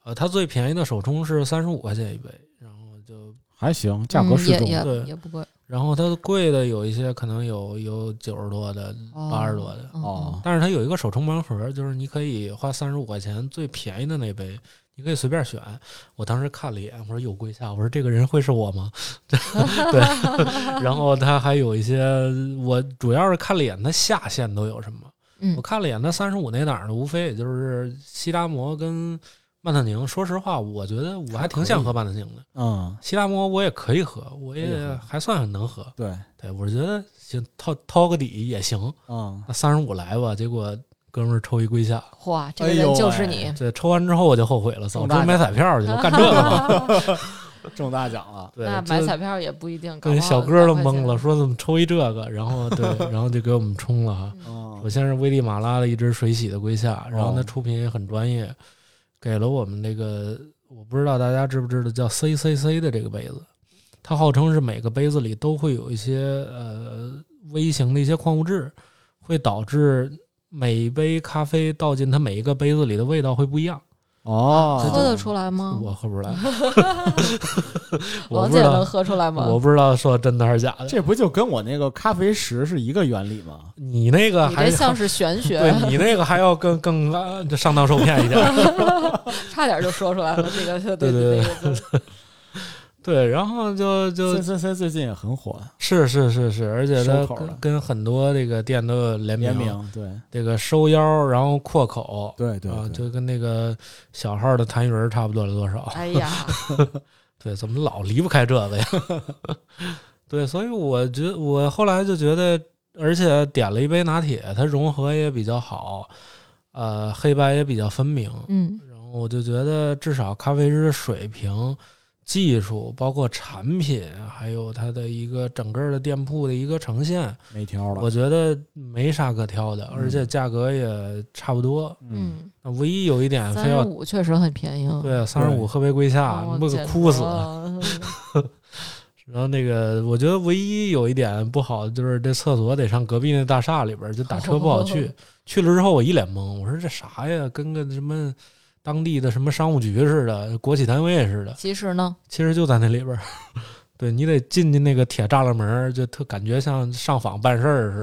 S2: 呃，它最便宜的手冲是三十五块钱一杯，然后就
S1: 还行，价格
S3: 嗯
S1: 适中，
S3: 也也
S2: 对
S3: 也不贵，
S2: 然后它贵的有一些可能有有九嗯十多的，
S3: 八
S2: 80多
S3: 嗯
S2: 的
S1: 哦，
S2: 但是它有一个手冲盲盒，就是你可以花三十五块钱最便宜的那杯，你可以随便选。我当时看了一眼，我说有跪下，我说这个人会是我吗？ 对， 然后它还有一些，我主要是看了一眼它下线都有什么。
S3: 嗯
S2: 我看了一眼它三十五那档的，无非也就是西达摩跟曼特宁。说实话，我觉得我还挺想喝曼特宁的。
S1: 嗯，
S2: 西达摩我也可以喝，我
S1: 可以
S2: 也
S1: 喝
S2: 还算很能喝。
S1: 对，
S2: 对，我觉得行，掏掏个底也行。
S1: 嗯，
S2: 那三十五来吧，结果哥们儿抽一龟下，
S3: 哇，这
S1: 哎
S3: 个人
S1: 呦
S3: 就是
S1: 喂
S3: 你，
S2: 对，抽完之后我就后悔了，早
S1: 中
S2: 知道
S1: 大
S2: 买彩票去了，干这个 吧。
S1: 中大奖了，
S2: 哎对，
S3: 那
S2: 这
S3: 买彩票也不一定，搞
S2: 对
S3: 不好
S2: 小哥都
S3: 两块钱
S2: 懵了，，说怎么抽一这个，然 后对，然后就给我们冲了哈。首
S1: 嗯
S2: 先是威利马拉的一只水洗的龟下，然后它
S1: 哦
S2: 出品也很专业，给了我们那个我不知道大家知不知道叫 CCC 的这个杯子，它号称是每个杯子里都会有一些呃微型的一些矿物质，会导致每一杯咖啡倒进它每一个杯子里的味道会不一样。
S1: 哦，
S3: 喝得出来吗？
S2: 我喝不出 来，我
S3: 王
S2: 不
S3: 嗯姐
S2: 知
S3: 能
S2: 道，
S3: 喝出来吗？
S2: 我不知道说真的还是假的。
S1: 这不就跟我那个咖啡石是一个原理吗？
S2: 你那个
S3: 你
S2: 还
S3: 这像是玄学，
S2: 对你那个还要更更呃上当受骗一点。
S3: 差点就说出 来了。这个
S2: 对对
S3: 对
S2: 对，然后就就
S1: C C C 最近也很火，
S2: 是是是是，而且它
S1: 收口了
S2: 跟跟很多这个店都有联
S1: 联名，啊对
S2: 这个收腰然后扩口，
S1: 对对
S2: 啊，
S1: 对，
S2: 就跟那个小号的痰盂儿差不多了多少？
S3: 哎呀，
S2: 对，怎么老离不开这个呀？ 对，所以我觉我后来就觉得，而且点了一杯拿铁，它融合也比较好，呃，黑白也比较分明，
S3: 嗯，
S2: 然后我就觉得，至少咖啡师的水平、技术，包括产品，还有它的一个整个的店铺的一个呈现，
S1: 没挑了
S2: 我，觉得没啥可挑的，而且价格也差不多。
S1: 嗯，
S3: 嗯，
S2: 那唯一有一点
S3: 三
S2: 非
S3: 十
S2: 要
S3: 五确实很便宜啊，
S2: 对三十五喝杯龟下，
S3: 哦
S2: 你不给
S3: 简直
S2: 哭死了。
S3: 了。
S2: 然后那个，我觉得唯一有一点不好的就是这厕所得上隔壁那大厦里边儿，就打车不好
S3: 哦
S2: 去。去了之后我一脸懵，我说这啥呀，跟个什么当地的什么商务局似的，国企单位似的。
S3: 其实呢，
S2: 其实就在那里边儿。 对你得进去那个铁栅栏门儿，就特感觉像上访办事儿似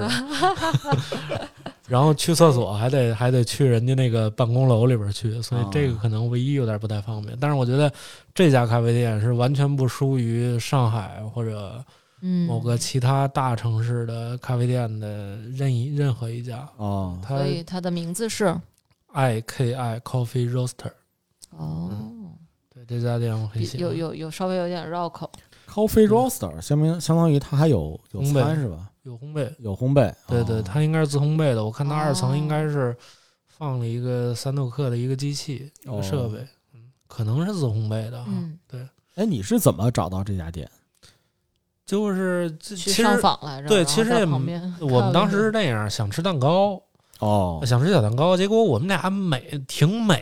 S2: 的。 然后去厕所还得还得去人家那个办公楼里边去，所以这个可能唯一有点不太方便。但是我觉得这家咖啡店是完全不输于上海或者
S3: 嗯，
S2: 某个其他大城市的咖啡店的任意任何一家。
S1: 哦，
S2: 它
S3: 所以它的名字是
S2: I K I Coffee Roaster，
S3: 哦，
S2: 对这家店我嗯很
S3: 比
S2: 喜欢。
S3: 有有有稍微有点绕口，
S1: coffee roaster 相当相当于它还有有
S2: 烘焙
S1: 餐是吧？
S2: 有烘焙，
S1: 有烘焙，
S2: 对对，
S1: 哦
S2: 它应该是自烘焙的。我看它二
S3: 哦
S2: 层应该是放了一个三豆克的一个机器、一
S1: 哦
S2: 个设备，嗯，可能是自烘焙的啊。
S3: 嗯，
S1: 哎，你是怎么找到这家店？
S2: 就是这其
S3: 去
S2: 实
S3: 上访来着，
S2: 对
S3: 然后
S2: 其实
S3: 在
S2: 也
S3: 旁边
S2: 我
S3: 看
S2: 们当
S3: 了
S2: 时是那样，想吃蛋糕，
S1: 哦，
S2: 想吃小蛋糕，结果我们俩美挺美，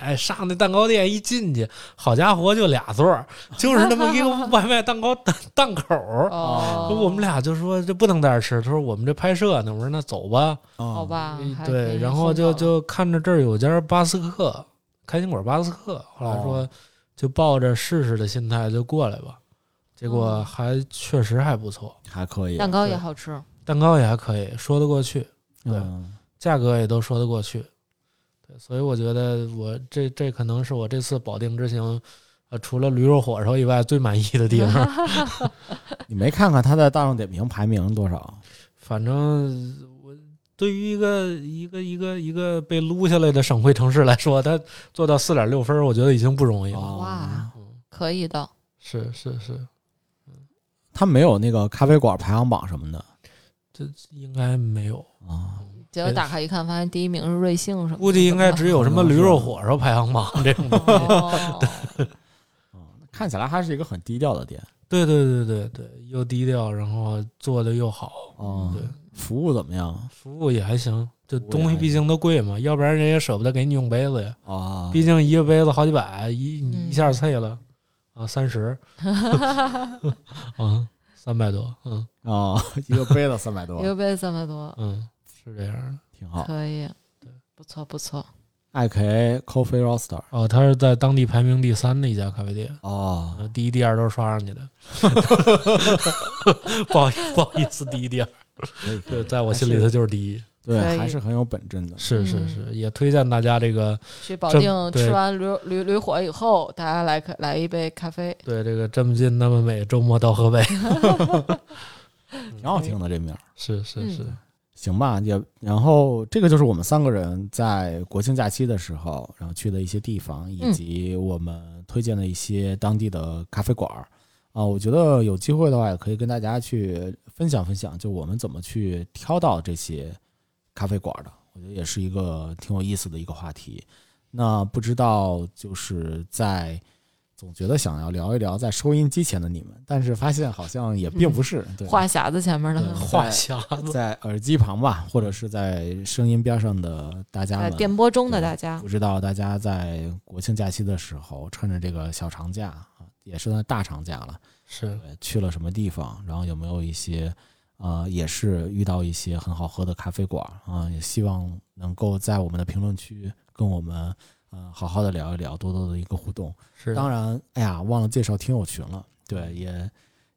S2: 哎，上那蛋糕店一进去，好家伙，就俩座儿，就是那么一个外卖蛋糕档档口儿。
S3: 哦，
S2: 我们俩就说这不能在这儿吃，他说我们这拍摄呢，我说那走吧，
S1: 好
S3: 好，吧，
S1: 嗯
S3: 还
S2: 嗯
S3: 给
S2: 对，然后
S3: 送
S2: 就
S3: 走了
S2: 就看着这儿有家巴斯克开心果巴斯克，后来说
S1: 哦
S2: 就抱着试试的心态就过来吧，结果
S3: 哦
S2: 还确实还不错，
S1: 还可以，
S3: 蛋糕也
S2: 对啊
S3: 好吃，
S2: 蛋糕也还可以，说得过去，对
S1: 嗯，
S2: 价格也都说得过去。对，所以我觉得我这这可能是我这次保定之行，呃，除了驴肉火烧以外最满意的地 方。
S1: 你没看看它在大众点评排名多少？
S2: 反正我对于一个一个一个一个被撸下来的省会城市来说，它做到四点六分儿，我觉得已经不容易了。
S1: 哦
S3: 哇，
S2: 嗯，
S3: 可以的，
S2: 是是是，
S1: 它没有那个咖啡馆排行榜什么的
S2: 应该没有，
S1: 啊。
S2: 嗯
S3: 结果打开一看，发现第一名是瑞幸什么的，
S2: 估计应该只有什么驴肉火烧排行榜这种东西。
S3: 哦
S1: 哦看起来还是一个很低调的店
S2: 对对对对对，又低调，然后做的又好，
S1: 啊。
S2: 对，
S1: 服务怎么样
S2: 服务也还行。就
S1: 服务也
S2: 东西
S1: 还
S2: 毕竟都贵嘛，要不然人也舍不得给你用杯子呀。
S1: 啊？
S2: 毕竟一个杯子好几百，一
S3: 嗯
S2: 你一下碎了
S1: 嗯
S2: 啊，三十啊，三百多，嗯
S1: 啊， 一个杯子三百多
S3: 一，个杯三百多，
S2: 嗯，是这样的。
S1: 挺好。
S3: 可以
S2: 对，
S3: 不错不错，
S1: 艾 K Coffee Roaster
S2: 哦，他是在当地排名第三的一家咖啡店，
S1: 哦，
S2: 呃第一、第二都是刷上去的。 不好意思，不好意思，第一、第二，
S1: 可以可以
S2: 对，在我心里头就是第一。
S1: 对，
S3: 可以
S1: 还是很有本真的。
S2: 是是
S3: 嗯
S2: 是，也推荐大家这个
S3: 去保
S2: 这
S3: 定
S2: 对
S3: 吃完驴驴驴火以后，大家来可来一杯咖啡，
S2: 对这个这么近那么美，周末到河北。
S1: 挺好听的这名儿，
S2: 是是是，
S1: 行吧？也然后这个就是我们三个人在国庆假期的时候，然后去的一些地方，以
S3: 嗯
S1: 及我们推荐的一些当地的咖啡馆儿。啊，我觉得有机会的话，也可以跟大家去分享分享，就我们怎么去挑到这些咖啡馆儿的，我觉得也是一个挺有意思的一个话题。那不知道就是在总觉得想要聊一聊在收音机前的你们，但是发现好像也并不是、对
S3: 嗯话匣子前面的
S1: 对
S2: 话匣子。
S1: 在耳机旁吧，或者是在声音边上的大家
S3: 在
S1: 们，
S3: 呃电波中的
S1: 对
S3: 大家
S1: 不，知道大家在国庆假期的时候，趁着这个小长假啊，也是算大长假了，
S2: 是
S1: 对去了什么地方？然后有没有一些，呃，也是遇到一些很好喝的咖啡馆啊、也希望能够在我们的评论区跟我们，呃，好好的聊一聊，多多的一个互动。
S2: 是，
S1: 当然，哎呀，忘了介绍听友群了。对，也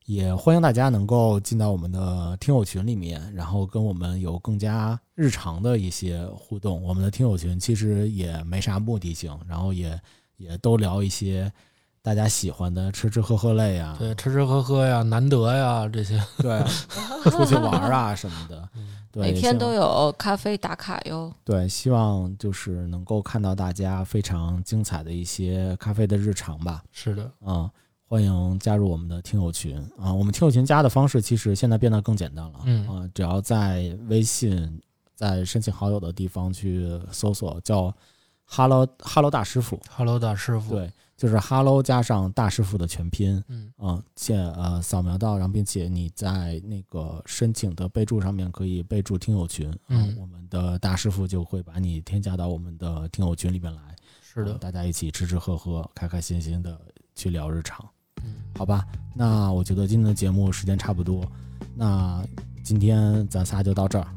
S1: 也欢迎大家能够进到我们的听友群里面，然后跟我们有更加日常的一些互动。我们的听友群其实也没啥目的性，然后也也都聊一些大家喜欢的吃吃喝喝类啊，
S2: 对吃吃喝喝呀，难得呀这些。
S1: 对，出去玩儿啊什么的，对，
S3: 每天
S1: 有。
S3: 都有咖啡打卡哟。
S1: 对，希望就是能够看到大家非常精彩的一些咖啡的日常吧。
S2: 是的，
S1: 啊、欢迎加入我们的听友群啊！我们听友群加的方式其实现在变得更简单了，
S2: 嗯
S1: 啊，只要在微信在申请好友的地方去搜索叫 “hello hello 大师傅
S2: Hello 大师”，傅，
S1: 对，就是 “hello” 加上大师傅的全拼
S2: 嗯，
S1: 啊，现呃扫描到，然后并且你在那个申请的备注上面可以备注听友群，啊
S2: 嗯
S1: 我们的大师傅就会把你添加到我们的听友群里面来，
S2: 是
S1: 啊
S2: 的，
S1: 大家一起吃吃喝喝，开开心心的去聊日常。
S2: 嗯，
S1: 好吧，那我觉得今天的节目时间差不多，那今天咱仨就到这儿。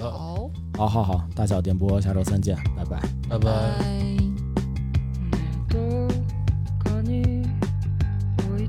S2: 好，
S1: 好
S3: 好，
S1: 好好，大小电波，下周三见，拜拜。
S2: 拜拜。
S3: 拜。
S4: どっかに置い